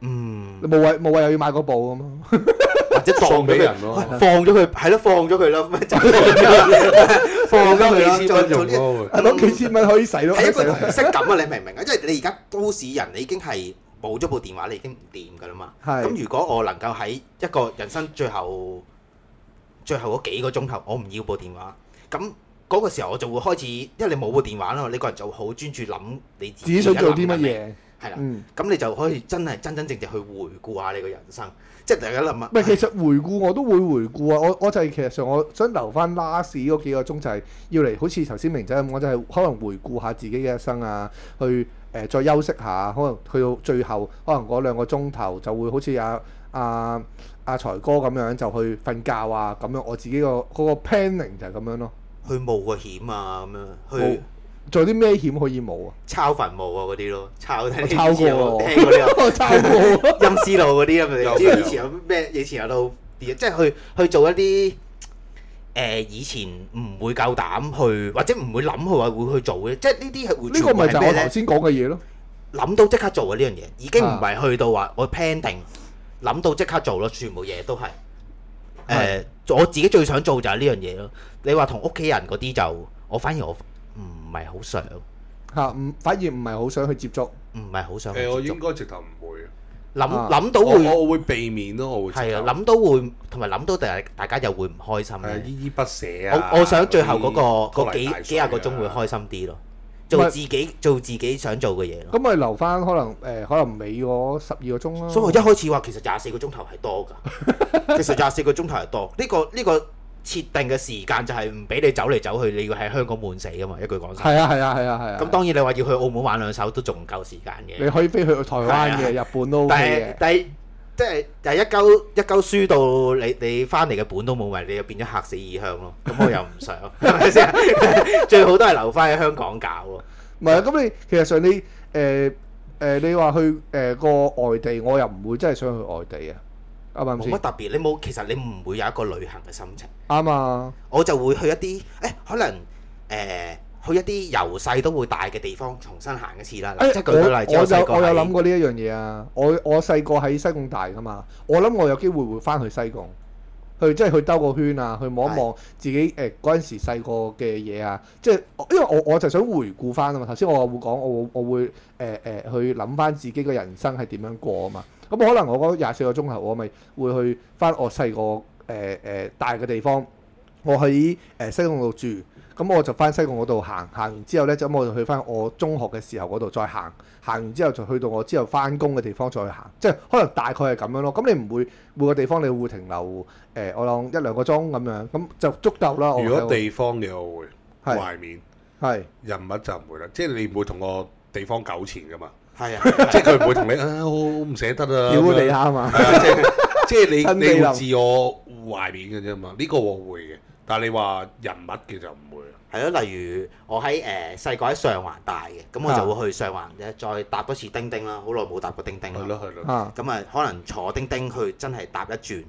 嗯，冇謂冇謂又要買嗰部啊嘛。或者當送咗俾佢，人咯，放咗佢，係咯，放咗佢啦，咁 就 放咗佢放咗佢啦，幾千做蚊做用呢咯會。攞幾千蚊可以使咯，可係以一個使咯儀式感啊！你明唔明啊？因為你而家都市人，你已經係冇咗部電話，你已經唔掂噶啦嘛。係咁如果我能夠喺一個人生最後最後嗰幾個鐘頭，我唔要部電話，咁嗰個時候我就會開始，因為你冇部電話啦嘛，你個人就會好專注諗你自自己己想做啲而乜家諗緊咩，嘢？係啊啦。嗯，咁你就可以真係真真正正去回顧下你個人生，即係大家諗下唔，係其實回顧我都會回顧啊。我我就係其實上我想留翻 last 嗰幾個鐘就係要嚟，好似頭先明仔咁，我就係可能回顧下自己嘅一生啊，去誒、呃再休息下，可能去到最後，可能嗰兩個鐘頭就會好似阿阿阿財哥咁樣就去瞓覺啊，咁樣我自己個嗰個 planning 就係咁樣咯。去冒個險啊咁樣，冇去做啲咩險可以冇啊？抄墳墓啊嗰啲咯， 抄睇我你抄過知唔知有喎冇聽過呢個。 我抄過啊。陰司路嗰啲啊咪，有知道嘅以前有咩？以前有到即係去去做一啲誒、呃以前唔會夠膽去，或者唔會諗去話會去做嘅，即係呢啲係會呢個咪就係係我頭先講嘅嘢咯。諗到即刻做嘅呢樣嘢，已啊經唔係去到話我 plan 定諗到即刻做咯，全部嘢都係誒、呃我自己最想做就係呢樣嘢咯。你話同屋企人嗰啲就，我反而我唔係好想，嚇，唔反而唔係好想去接觸。唔係好想去誒，我接觸應該直頭唔會。諗啊諗到會我我會避免咯，我會直頭係啊，諗到會同埋諗到大大家又會唔開心係嘅。依依不捨啊！我我想最後嗰、個拖嗰泥帶幾水幾廿個鐘會啊開心啲咯，唔做係自己做自己想做嘅嘢咯。咁咪留翻可能誒、可能尾嗰十二個鐘啦。所以我一開始話其實廿四個鐘頭係多㗎， 其實廿四個鐘頭係多。呢、個呢、個設定嘅時間就係唔俾你走嚟走去，你要喺香港悶死㗎嘛。一句講晒。係啊係啊係啊係啊。咁當然你話要去澳門玩兩手都仲夠時間嘅。你可以飛去台灣嘅、日本都 OK 但係嘅。但係即係但係一鳩一鳩輸到你你翻嚟嘅本都冇埋，你就變咗嚇死異鄉咯。咁我又 唔想，係咪先？ 最好都係留翻喺香港搞咯。唔係啊咁你其實上你誒誒、你話去誒、個外地，我又唔會真係想去外地啊。啱唔啱冇先乜？特別，你冇其實你唔會有一個旅行嘅心情，啱啊！我就會去一啲誒、可能誒、去一啲由細都會大嘅地方重新行一次啦。嗱誒即係我舉個例子，我細有個我有係諗過呢一樣嘢啊！我我細個喺西貢大噶嘛，我諗我有機會會翻去西貢，去即係去兜個圈啊，去望一望自己誒嗰陣時細個嘅嘢啊！即係因為我我就想回顧翻啊嘛，頭先我話會講我會我會誒誒、去諗翻自己嘅人生係點樣過啊嘛。咁可能我嗰廿四個鐘頭，我咪會去翻我細個誒誒大嘅地方。我喺誒、呃西貢度住，咁我就翻西貢嗰度行，行完之後呢，就咁我就去翻我中學嘅時候嗰度再行，行完之後就去到我之後翻工嘅地方再去行，即係可能大概係咁樣咯。咁你唔會每個地方你會停留誒、呃我諗一兩個鐘咁樣，咁就足夠啦。我如喺果度地方嘅我會係懷緬，係人物就唔會啦，即係你唔會同個地方糾纏噶嘛， 係啊， 即係佢唔會同你啊，好好唔捨得呃啊，屌咁樣地下啊嘛，係啊，即係 即係親你地你臨會自我懷緬嘅啫嘛，呢個我會嘅，但係你話人物嘅就唔會啦。係咯。例如我喺誒細個喺上環大嘅，咁我就會啊去上環嘅，再搭多次叮叮啦。好耐冇搭過叮叮係啦。咯係咯，嚇咁啊，可能坐叮叮去真係搭一轉，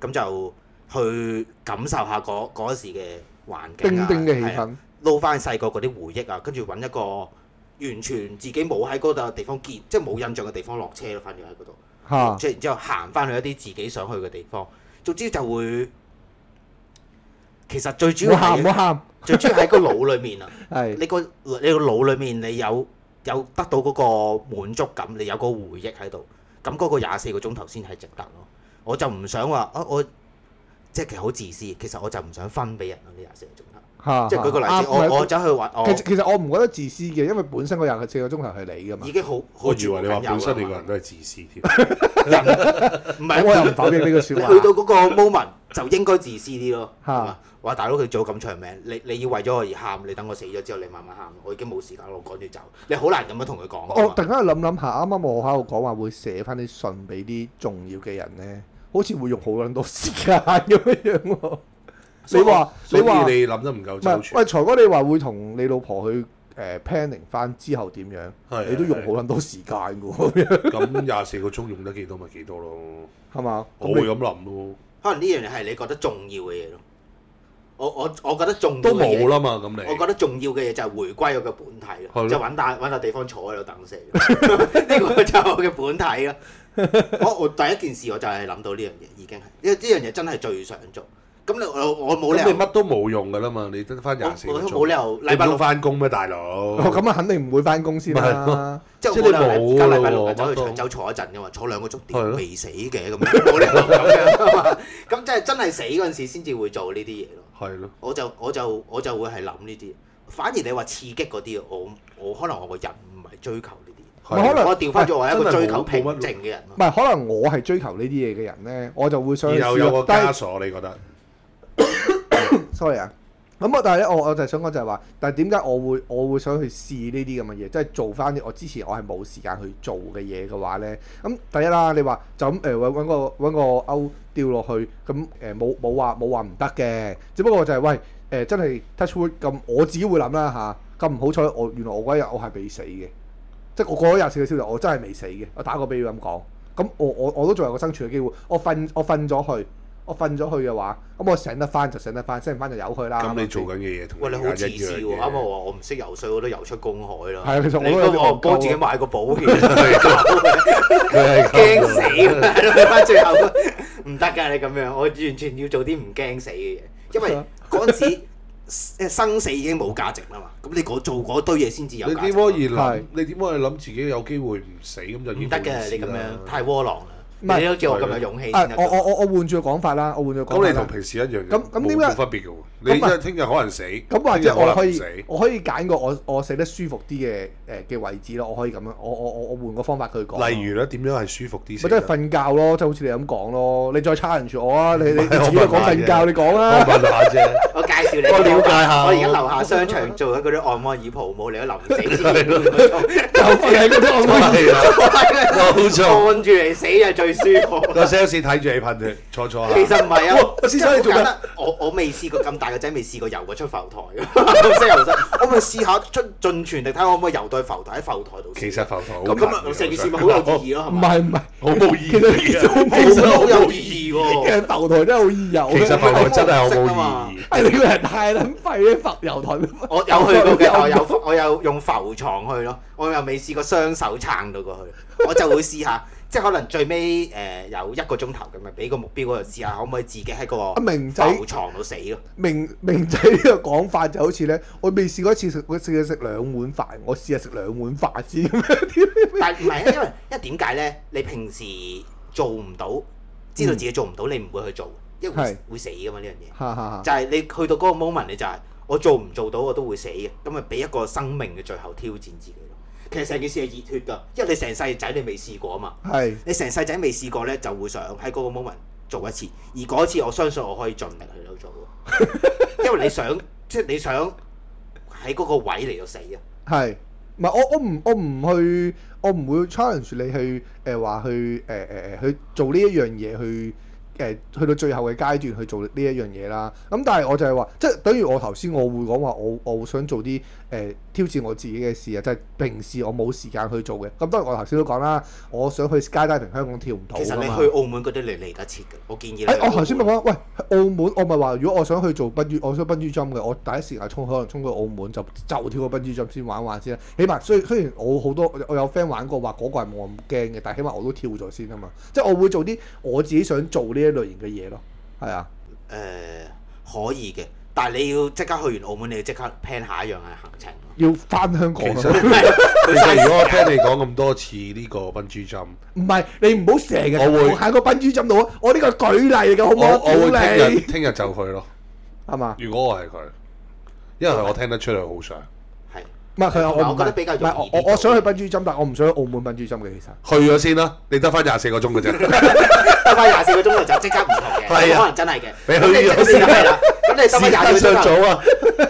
咁就去感受下嗰嗰時嘅環境叮啊叮嘅氣係啊氛，撈翻細個嗰啲回憶啊，跟住揾一個完全自己冇喺嗰笪地方見，即係冇印象嘅地方落車咯，反而喺嗰度，嚇即係然之後行翻去一啲自己想去嘅地方。總之就會，其實最主唔要好喊唔好係喊，最主要喺個腦裏面啊！係你個你個腦裏面你有有得到嗰個滿足感，你有個回憶喺度，咁嗰個廿四個鐘頭先係值得咯。我就唔想話啊，我即係其實好自私，其實我就唔想分俾人咯呢廿四個鐘頭。嚇，即係舉個例嚇子，啊唔係我我走去玩，我其實其實我唔覺得自私嘅，因為本身嗰廿四個鐘頭係你噶嘛已，經好好我以為你話本身你個人人都係自私添，啊 唔咁我又係唔否認呢個你説去到話。嗰個 moment 就應該自私啲咯。嚇係嘛話大佬佢做咁長命，你你要為咗我而喊，你等我死咗之後你慢慢喊，我已經冇時間啦，我趕住走，你好難咁樣同佢講㗎我嘛。突然間諗諗下，啱啱我喺度講話會寫翻啲信俾啲重要嘅人咧，好似會用好撚多時間咁樣喎。 你話所你以話你諗得唔夠唔周係？全喂，，財哥，你話會同你老婆去誒 planning 翻之後點樣？係你都用好撚多時間嘅喎，咁樣咁廿四個鐘用得幾多咪幾多咯，係嘛？我會咁諗咯，可能呢樣嘢係你覺得重要嘅嘢咯。我我我覺得重要都嘅嘢冇啦嘛，咁我你覺得重要嘅嘢就係回歸我嘅本體係咯咯，就揾笪揾笪地方坐喺度等死。 呢個就係我嘅本體 咯。我我第一件事我就係諗到呢樣嘢，已經係因為呢樣嘢真係最想做。咁你我我冇理咁你由，乜都冇用噶啦嘛，你得翻我廿四個我冇理鐘，由你禮拜唔六通翻工咩大佬？哦，咁啊，肯定唔會翻工先咪係啦。即係即係我冇理你由冇禮禮拜六咯日走去乜都長洲坐一陣噶嘛，坐兩個鐘係咯點未死嘅咁樣，冇理由咁樣啊嘛。咁即係真係死嗰陣時先至會做呢啲嘢咯。係咯，我就我就我就會係諗呢啲。反而你話刺激嗰啲，我我可能我個人唔係追求呢啲。咪可係能我調翻咗我係一個追求平真係冇冇乜靜嘅人啊唔咯。係，可能我係追求呢啲嘢嘅人咧，我就會想去然後試有咯個但係枷鎖，你覺得？ sorry 啊。咁我但係咧，我我就係想講就係話，但係點解我會我會想去試呢啲咁嘅嘢，即係做翻啲我之前我係冇時間去做嘅嘢嘅話咧，咁第一啦，你話就咁誒揾揾個揾個勾掉落去，咁誒冇冇話冇話唔得嘅，只不過就係、喂誒、真係 touch wood 咁，我自己會諗啦吓，咁唔好彩我原來我嗰日我係未死嘅，即係我過咗廿四個小時我真係未死嘅，我打個比喻咁講，咁我我我都仲有個生存嘅機會，我瞓我瞓咗去。我瞓咗去嘅話，咁我醒得翻就醒得翻，醒唔翻就由佢啦。咁你做緊嘅嘢同喂，你好人家自一私樣喎！啱嘅啱我話我唔識游水，我都游出公海啦。係啊其實我都你有啲幫戇鳩我啊幫自己買個保險，佢係 驚死啊！去翻最後唔得㗎，你咁樣，我完全要做啲唔驚死嘅嘢，因為嗰陣時誒生死已經冇價值啦嘛。咁你嗰做嗰堆嘢先至有你價值點可以有價值諗？你點可以諗自己有機會唔死咁就已唔經得冇意嘅，思你咁樣啦太窩囊啦。唔你係好似我咁有勇氣啊先我得我㗎。我我換住個講法啦，我換住個講咁法你同啦。平時一樣嘅，咁咁冇點解冇分別嘅喎？你咁即啊係聽日可能死，咁或聽日者可能我唔可以死我可以揀個我我死得舒服啲嘅誒嘅位置咯，我可以咁樣，我我我我換個方法去講。例如咧，點樣係舒服啲咪先？即係瞓覺咯，即係好似你咁講咯。你再 challenge 我啊！你你你唔係自己都我講問下瞓啫覺，你講我啦。問下啫，我介紹你，我了解下我而家樓下商場做緊嗰啲按摩椅鋪冇，你都臨死之前係咯嗰種就 係嗰啲我係啦，冇錯。按住嚟死就最舒服。個 sales 睇住你噴血，坐坐下。其實唔係哇啊，我先生你做緊真係好簡單我我未試過咁大個仔，未試過游過出浮台嘅，唔識游水。 我咪試下出盡全力睇下可唔可以游到去浮台喺浮台度。其實浮台好咁難咁啊，嘅成件事咪好有意義咯，係唔咪？係唔係， 好冇意其實義其實啊。好我覺得冇好有意義其喎。實浮台真係好啊易遊其嘅。實浮台真係好我識啊嘛冇意義。係哎你個人太撚廢咧，浮遊台都。我有去過嘅，我有我有用浮床去咯，我又未試過雙手撐到過去，我就會試下，即係可能最尾誒、有一個鐘頭咁樣，俾個目標嗰度試下，可唔可以自己喺個阿明仔浮床度死 咯？明明仔呢個講法就好似咧，我未試過一次食，我試過食兩碗飯，我試下食兩碗飯先 咁樣。但係唔係因為因為點解咧？你平時做唔到，知道自己做唔到，你唔會去做，因為係會會死噶嘛呢樣嘢。哈哈就係你去到嗰個 moment，你就係我做唔做到我都會死嘅，咁咪俾一個生命嘅最後挑戰自己咯。其實成件事係熱血㗎，因為你成世仔你未試過啊嘛。哈，係你成世仔未試過咧，就會想喺嗰個 moment 做一次，而嗰一 次我相信我可以盡力去到做喎，因為你想，即係你想喺嗰個位嚟到死啊！係，唔係我我唔我唔去，我唔會 challenge 你去誒話、去誒誒誒去做呢一樣嘢去誒、去到最後嘅階段去做呢一樣嘢啦。咁但係我就係話，即係等於我頭先我會講話，我我想做啲誒、呃挑戰我自己嘅事啊，就係、平時我冇時間去做嘅。咁當然我頭先都講啦，我想去 skydiving 香港跳唔啊到其實㗎你嘛。去澳門嗰啲你嚟得切嘅，我建議你誒、去哎澳門。哎我頭先咪講，喂，澳門，我咪話，如果我想去做賓珠，我想賓珠 jump 嘅，我第一時間衝，可能衝到澳門就就跳個賓珠 jump 先玩玩先啦。起碼雖雖然我好多我有 friend 玩過，話嗰個係冇咁驚嘅，但係起碼我都跳咗先啊嘛。即係我會做啲我自己想做呢一類型嘅嘢咯。係啊，誒、可以嘅，但係你要即刻去完澳門，你要即刻 plan 下一樣嘅行程咯。要翻香港其實啊！其實如果我聽你講咁多次呢個賓珠針，唔係你唔好成日我會我喺個賓珠 jump 度啊！我呢個舉例嚟嘅，好唔我好啊？我會屌聽日你聽日就去咯。係嘛？如果我係佢，因為我聽得出佢好想 係唔係佢話同埋我我覺得唔係比較唔係容易我啲我我想做去賓珠 jump，但我唔想去澳門賓珠 jump 嘅，其實。去咗先啦。你得翻廿四個鐘 嘅啫，得翻廿四個鐘頭就即刻唔同嘅，係啊可能真係嘅。你去咁你咗咁先你係啦，咁你得翻廿時四間個鐘頭，上早啊，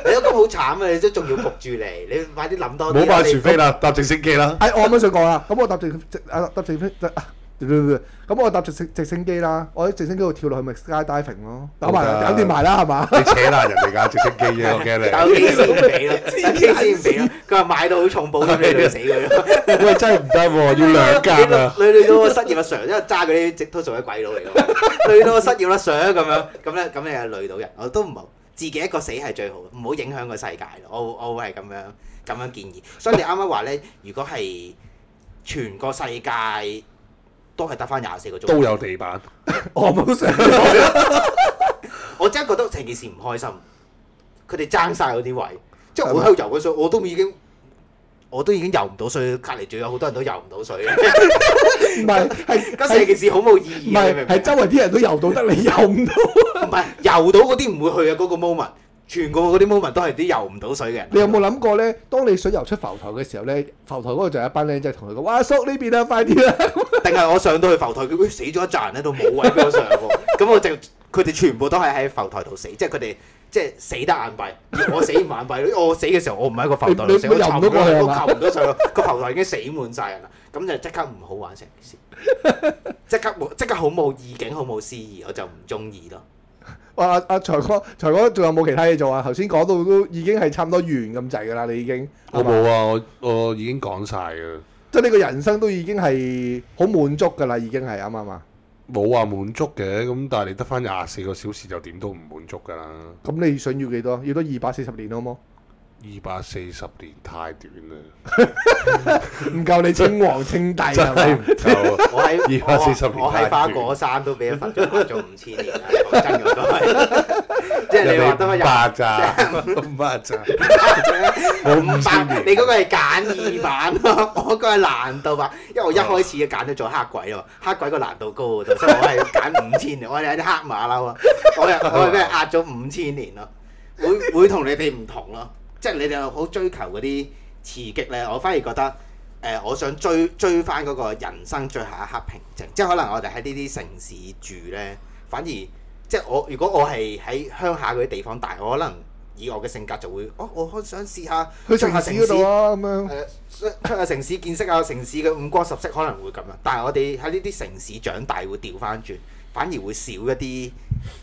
你都咁好慘啊！你都仲要焗住嚟，你快啲諗多啲啊。冇買你船飛啦，搭直升機啦。哎，我啱啱想講啦，咁我搭直直啊搭直飛直啊，咁我搭直直直升機啦，我喺直升機度跳落去咪 skydiving 咯，搞埋好㗎搞掂埋啦係 嘛？你扯爛人哋架直升機啫，我驚但 啊有你。機先唔俾咯，有機先唔俾咯。啊佢話買到好重保險，你累死佢咯。喂，真係唔得喎，要兩間 啊！你累到個失業阿 Sir，因為揸嗰啲直都做啲鬼佬嚟 㗎，累到個失業阿 Sir 咁樣，咁咧咁你就累到人，我都唔好自己一個死係最好，唔好影響個世界咯。我我會係咁樣咁樣建議。所以你啱啱話咧，如果係全個世界都係得翻廿四個鐘，都有地板，我冇想，我真係覺得成件事唔開心，佢哋爭晒嗰啲位，即係我喺度游緊水，我都已經我都已經游唔到水，隔離仲有好多人都游唔 到水，唔係係咁成係件事好冇意唔義啊。係你明唔明係啊周圍啲人都游到，得你游唔到，唔係游到嗰啲唔會去啊！嗰、個 moment，全個嗰啲 moment 都係啲游唔到水嘅人。你有冇諗過咧？當你想游出浮台嘅時候咧，浮台嗰度就有一班僆仔同佢講：哇，阿叔呢邊啊， 快啲啦！定係我上到去浮台，佢、哎、死咗一陣喺度冇位俾我上喎。 咁我就佢哋全部都係喺浮台度死，即係佢哋即係死得眼閉，而我死唔眼閉。我死嘅時候，我唔喺個浮台度死，你我你沉游唔到過去係咗，我嘛沉唔到上去，個浮台已經死滿晒人啦。咁就即刻唔好玩成件事，即刻冇，即刻好冇意境，好冇詩意，我就唔中意咯。哇！阿阿財哥，財哥仲有冇其他嘢做啊？頭先講到都已經係差唔多完咁滯㗎啦，你已經係我嘛冇啊，我我已經講晒嘅，即係呢個人生都已經係好滿足㗎啦，已經係啱唔啱啊？冇話滿足嘅，咁但係你得翻廿四個小時就點都唔滿足㗎啦。咁你想要幾多？要多二百四十年好冇？二百四十年太短 啦，唔夠你稱王稱帝係 真係嘛？唔夠啊！我喺二百四十年我我喺花果山都俾人罰咗罰咗五千年啦，講真嗰個，即係你話得翻人廿哋五百咋， 五百咋，冇五千百，你年。嗰個係簡易版咯，我嗰個係難度版，因為我一開始就揀咗做黑鬼咯，黑鬼個難度高嗰度，所以我係揀五千年，我係啲黑馬騮啊，我係我係俾人壓咗五千年咯，會會同你哋唔同咯，即係你哋好追求嗰啲刺激咧，我反而覺得。誒、呃我想追追翻嗰個人生最後一刻平靜，即係可能我哋喺呢啲城市住呢，反而即係我如果我係喺鄉下嗰啲地方大，我可能以我嘅性格就會，哦，我好想試下去出城下市嗰度啊，咁樣誒出呃出下城市見識啊，城市嘅五光十色可能會咁樣，啊但係我哋喺呢啲城市長大會調翻轉，反而會少一啲誒、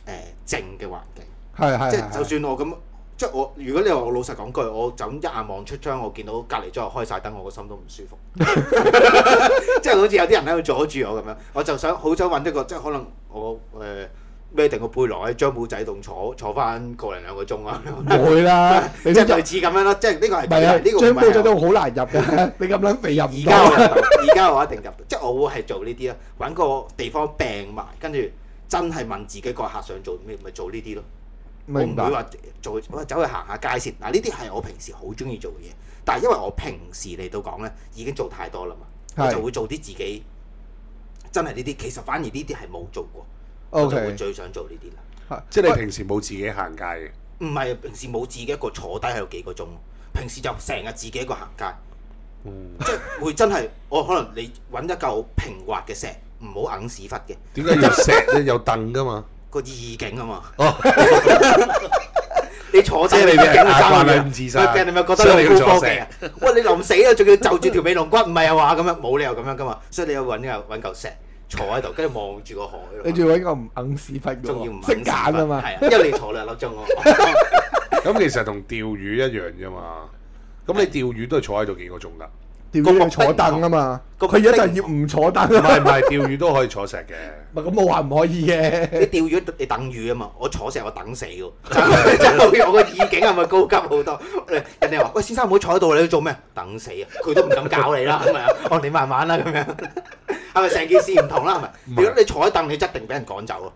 呃靜嘅環境。係係即係就係。算我咁，即係我如果你話我老實講句，我就咁一眼望出窗，我見到隔離左右開晒燈，我個心都唔 舒服。 即係好似有啲人喺度阻住我咁樣，我就想好想揾一個即係可能我誒孭定個背囊喺張保仔度坐坐翻個零兩個鐘啊，唔會啦，即你係都入類似咁樣咯。即係呢個係唔係啊？呢個唔係張煲仔我都好難入 嘅，你咁撚肥入而唔家到。我入到，而家我一定入到，即係我會係做呢啲啦，揾個地方病埋，跟住真係問自己個客想做咩，咪做呢啲咯。我唔明會白。話做我走去行下街先。嗱，呢啲係我平時好中意做嘅嘢，但係因為我平時嚟到講咧，已經做太多啦嘛，係我就會做啲自己真係呢啲。其實反而呢啲係冇做過我 O 就會 K。最想做呢啲啦。即係你平時冇自己行街嘅，唔係平時冇自己一個坐低喺度幾個鐘，平時就成日自己一個行街。嗯即係會真係，我可能你揾一嚿平滑嘅石，唔好硬屎忽嘅點解要石咧？有凳㗎嘛？個意境啊嘛。哦， 你坐低即係你哋驚佢眼生㗎慣係咁自殺喂病你咪覺所以得你你要好坐高科死技啊？喂，你臨死啊，仲要就住條尾龍骨，唔係啊話咁樣，冇理由咁樣噶嘛。所以你要揾嚿揾嚿石坐喺度，跟住望住個海咯。你仲要揾個唔硬屎忽嘅仲要唔喎，識揀啊嘛。係啊，因為你坐兩粒鐘喎。咁其實同釣魚一樣啫嘛。咁你釣魚都係坐喺度幾個鐘㗎，調個咗目的你坐凳啊嘛，個佢目一的陣要唔坐凳唔啊嘛，係唔係釣魚都可以坐石嘅。咪咁冇話唔可 以嘅。 你釣魚你等魚啊嘛，我坐成我等死喎，真係我個意境係咪高級好多？人哋話：喂，先生唔好坐喺度，你要做咩？等死啊！佢都唔敢搞你啦，係咪啊？哦，你慢慢啦，咁樣係咪成件事唔同啦？係咪？唔係如果你坐喺凳，你一定俾人趕走啊，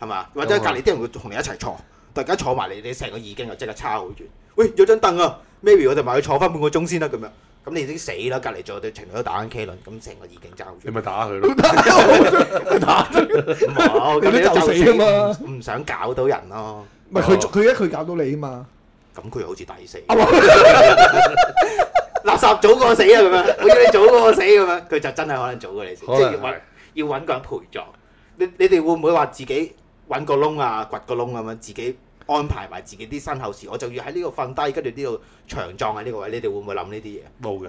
係嘛？或者隔離啲人會同你一齊坐，突然間坐埋嚟，你成個意境就即刻差好遠。喂，有張凳啊，maybe 我哋埋去坐翻半個鐘先啦，咁樣。咁你已經死啦，隔離仲有對情侶都打緊 K 輪，咁成個意境爭好遠你。咪打佢咯。冇，咁你你都都就就死啊嘛死唔唔想搞到人咯。唔係佢佢一佢搞到你啊 嘛，咁佢又好似抵死，垃圾早過我死啊咁樣，好似你早過我死咁樣，佢就真係可能早過你死，即可能係要係揾要揾個人陪葬。你你哋會唔會話自己揾個窿啊、掘個窿咁樣，自己安排埋自己啲身後事？我就要喺呢度瞓低，跟住呢度長葬喺呢個位，你哋會唔會諗呢啲嘢？冇誒，嘅，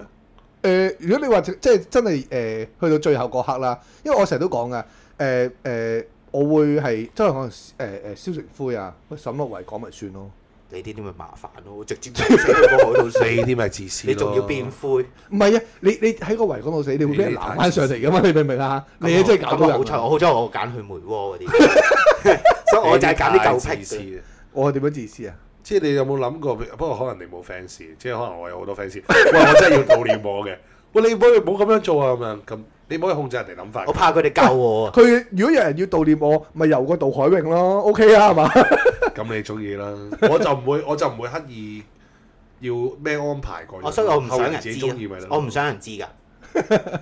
呃如果你話即即係真係誒呃去到最後嗰刻啦，因為我成日都講噶，誒誒，呃我會係即係可能呃誒誒燒成灰啊，喂沈落圍講咪算咯，你呢啲咪麻煩咯，直接死喺個海度死，你呢啲咪自私咯你仲要變灰，唔係啊，你你喺個圍講到死，你會俾人攬翻上嚟噶嘛，你明唔明啊？你咁嘢真係搞咁到我人好彩，啊。我好彩我揀去梅窩嗰啲，所以我就係揀啲你呢舊太僻自私嘅。嘅。我係點樣自私啊？即係你有冇諗過？不過可能你冇 fans，即係可能我有好多 fans。喂，我真係要悼念我嘅。喂，你唔好唔好咁樣做啊！咁樣咁，你唔可以控制人哋諗法我。怕佢哋救我啊！佢如果有人要悼念我，咪游個渡海泳咯，OK 啊，係嘛？咁你中意啦，我就唔會，我就唔會刻意要咩安排過。我所以我唔想後人嚟自知己咯中意咪得，我唔想人知 㗎，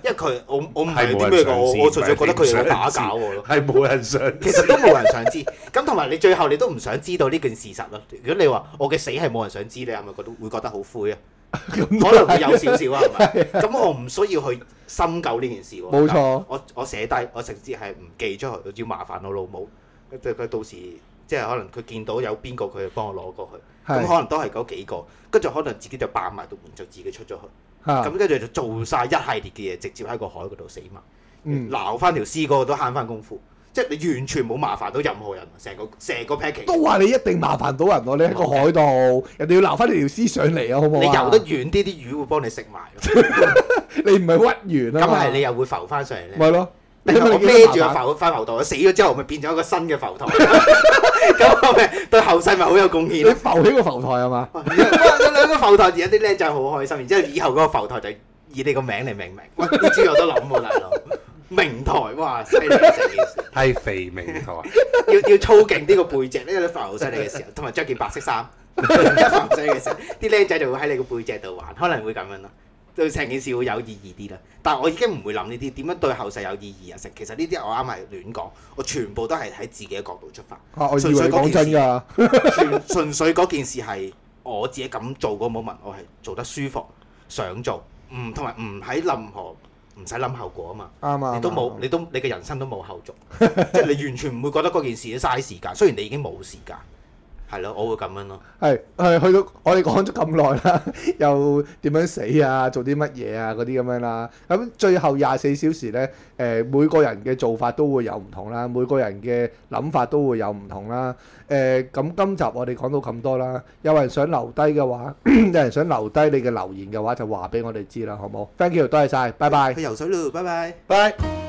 因為佢我我唔係係冇啲人咩想㗎，我知我純粹覺得佢哋有打唔係你唔想攪我咯。係冇人想。其實都冇人想知，咁同埋你最後你都唔想知道呢件事實咯。如果你話我嘅死係冇人想知，你係咪覺得會覺得好灰啊？咁可能會有少少啊，係咪？咁我唔需要去深究呢件事喎。冇錯我我寫低，我直接係唔寄出去，要麻煩我老母。佢佢到時即係可能佢見到有邊個，佢就幫我攞過去。係咁可能都係嗰幾個，跟住可能自己就扮埋道門，就自己出咗去。嚇咁，跟住就做晒一系列嘅嘢，直接喺個海嗰度死埋，嗯，撈翻條屍嗰個都慳翻功夫，即係你完全冇麻煩到任何人，成個成個 package，都話你一定麻煩到人喎，你喺個海度，人哋要撈翻你條屍上嚟啊，好唔好啊你游得遠啲，啲魚會幫你食埋咯，你唔係屈原啊咁嘛係你又會浮翻上嚟咧。咪咯，你因為我你見孭住到個麻煩浮翻浮台，死咗之後咪變咗一個新嘅浮台，咁我咪對後世咪好有貢獻你咯。浮起個浮台係嘛？哇有兩個浮台，而家啲僆仔好開心，然之後以後嗰個浮台就以你個名嚟命名。哇！呢招我都諗喎，大佬，明台哇，犀利成件事。係肥明台，要 要操勁呢個背脊，呢個浮好犀利嘅時候，同埋着件白色衫， 一浮犀利嘅時候，啲僆仔就會喺你個背脊度玩，可能會咁樣咯。對成件事會有意義啲啦。但係我已經唔會諗呢啲點樣對後世有意義啊！成其實呢啲我啱係亂講，我全部都係喺自己嘅角度出發， 啊我以為你講真㗎，純純粹嗰件事係我自己咁做嗰 moment，我係做得舒服，想做，唔同埋唔喺任何唔使諗後果啊嘛。啱啊，你都冇，你都你嘅人生都冇後續， 即係你完全唔會覺得嗰件事嘥時間。雖然你已經冇時間，係咯，我會咁樣咯。係係去到我哋講咗咁耐 啦，又點樣死啊？做啲乜嘢啊？嗰啲咁樣啦。咁最後廿四小時咧，誒、每個人嘅做法都會有唔同啦，每個人嘅諗法都會有唔同啦。誒、咁今集我哋講到咁多啦，有人想留低嘅話， 有人想留低你嘅留言嘅話，就話俾我哋知啦，好冇？Thank you，多謝晒，拜拜，去游水咯，拜拜。拜。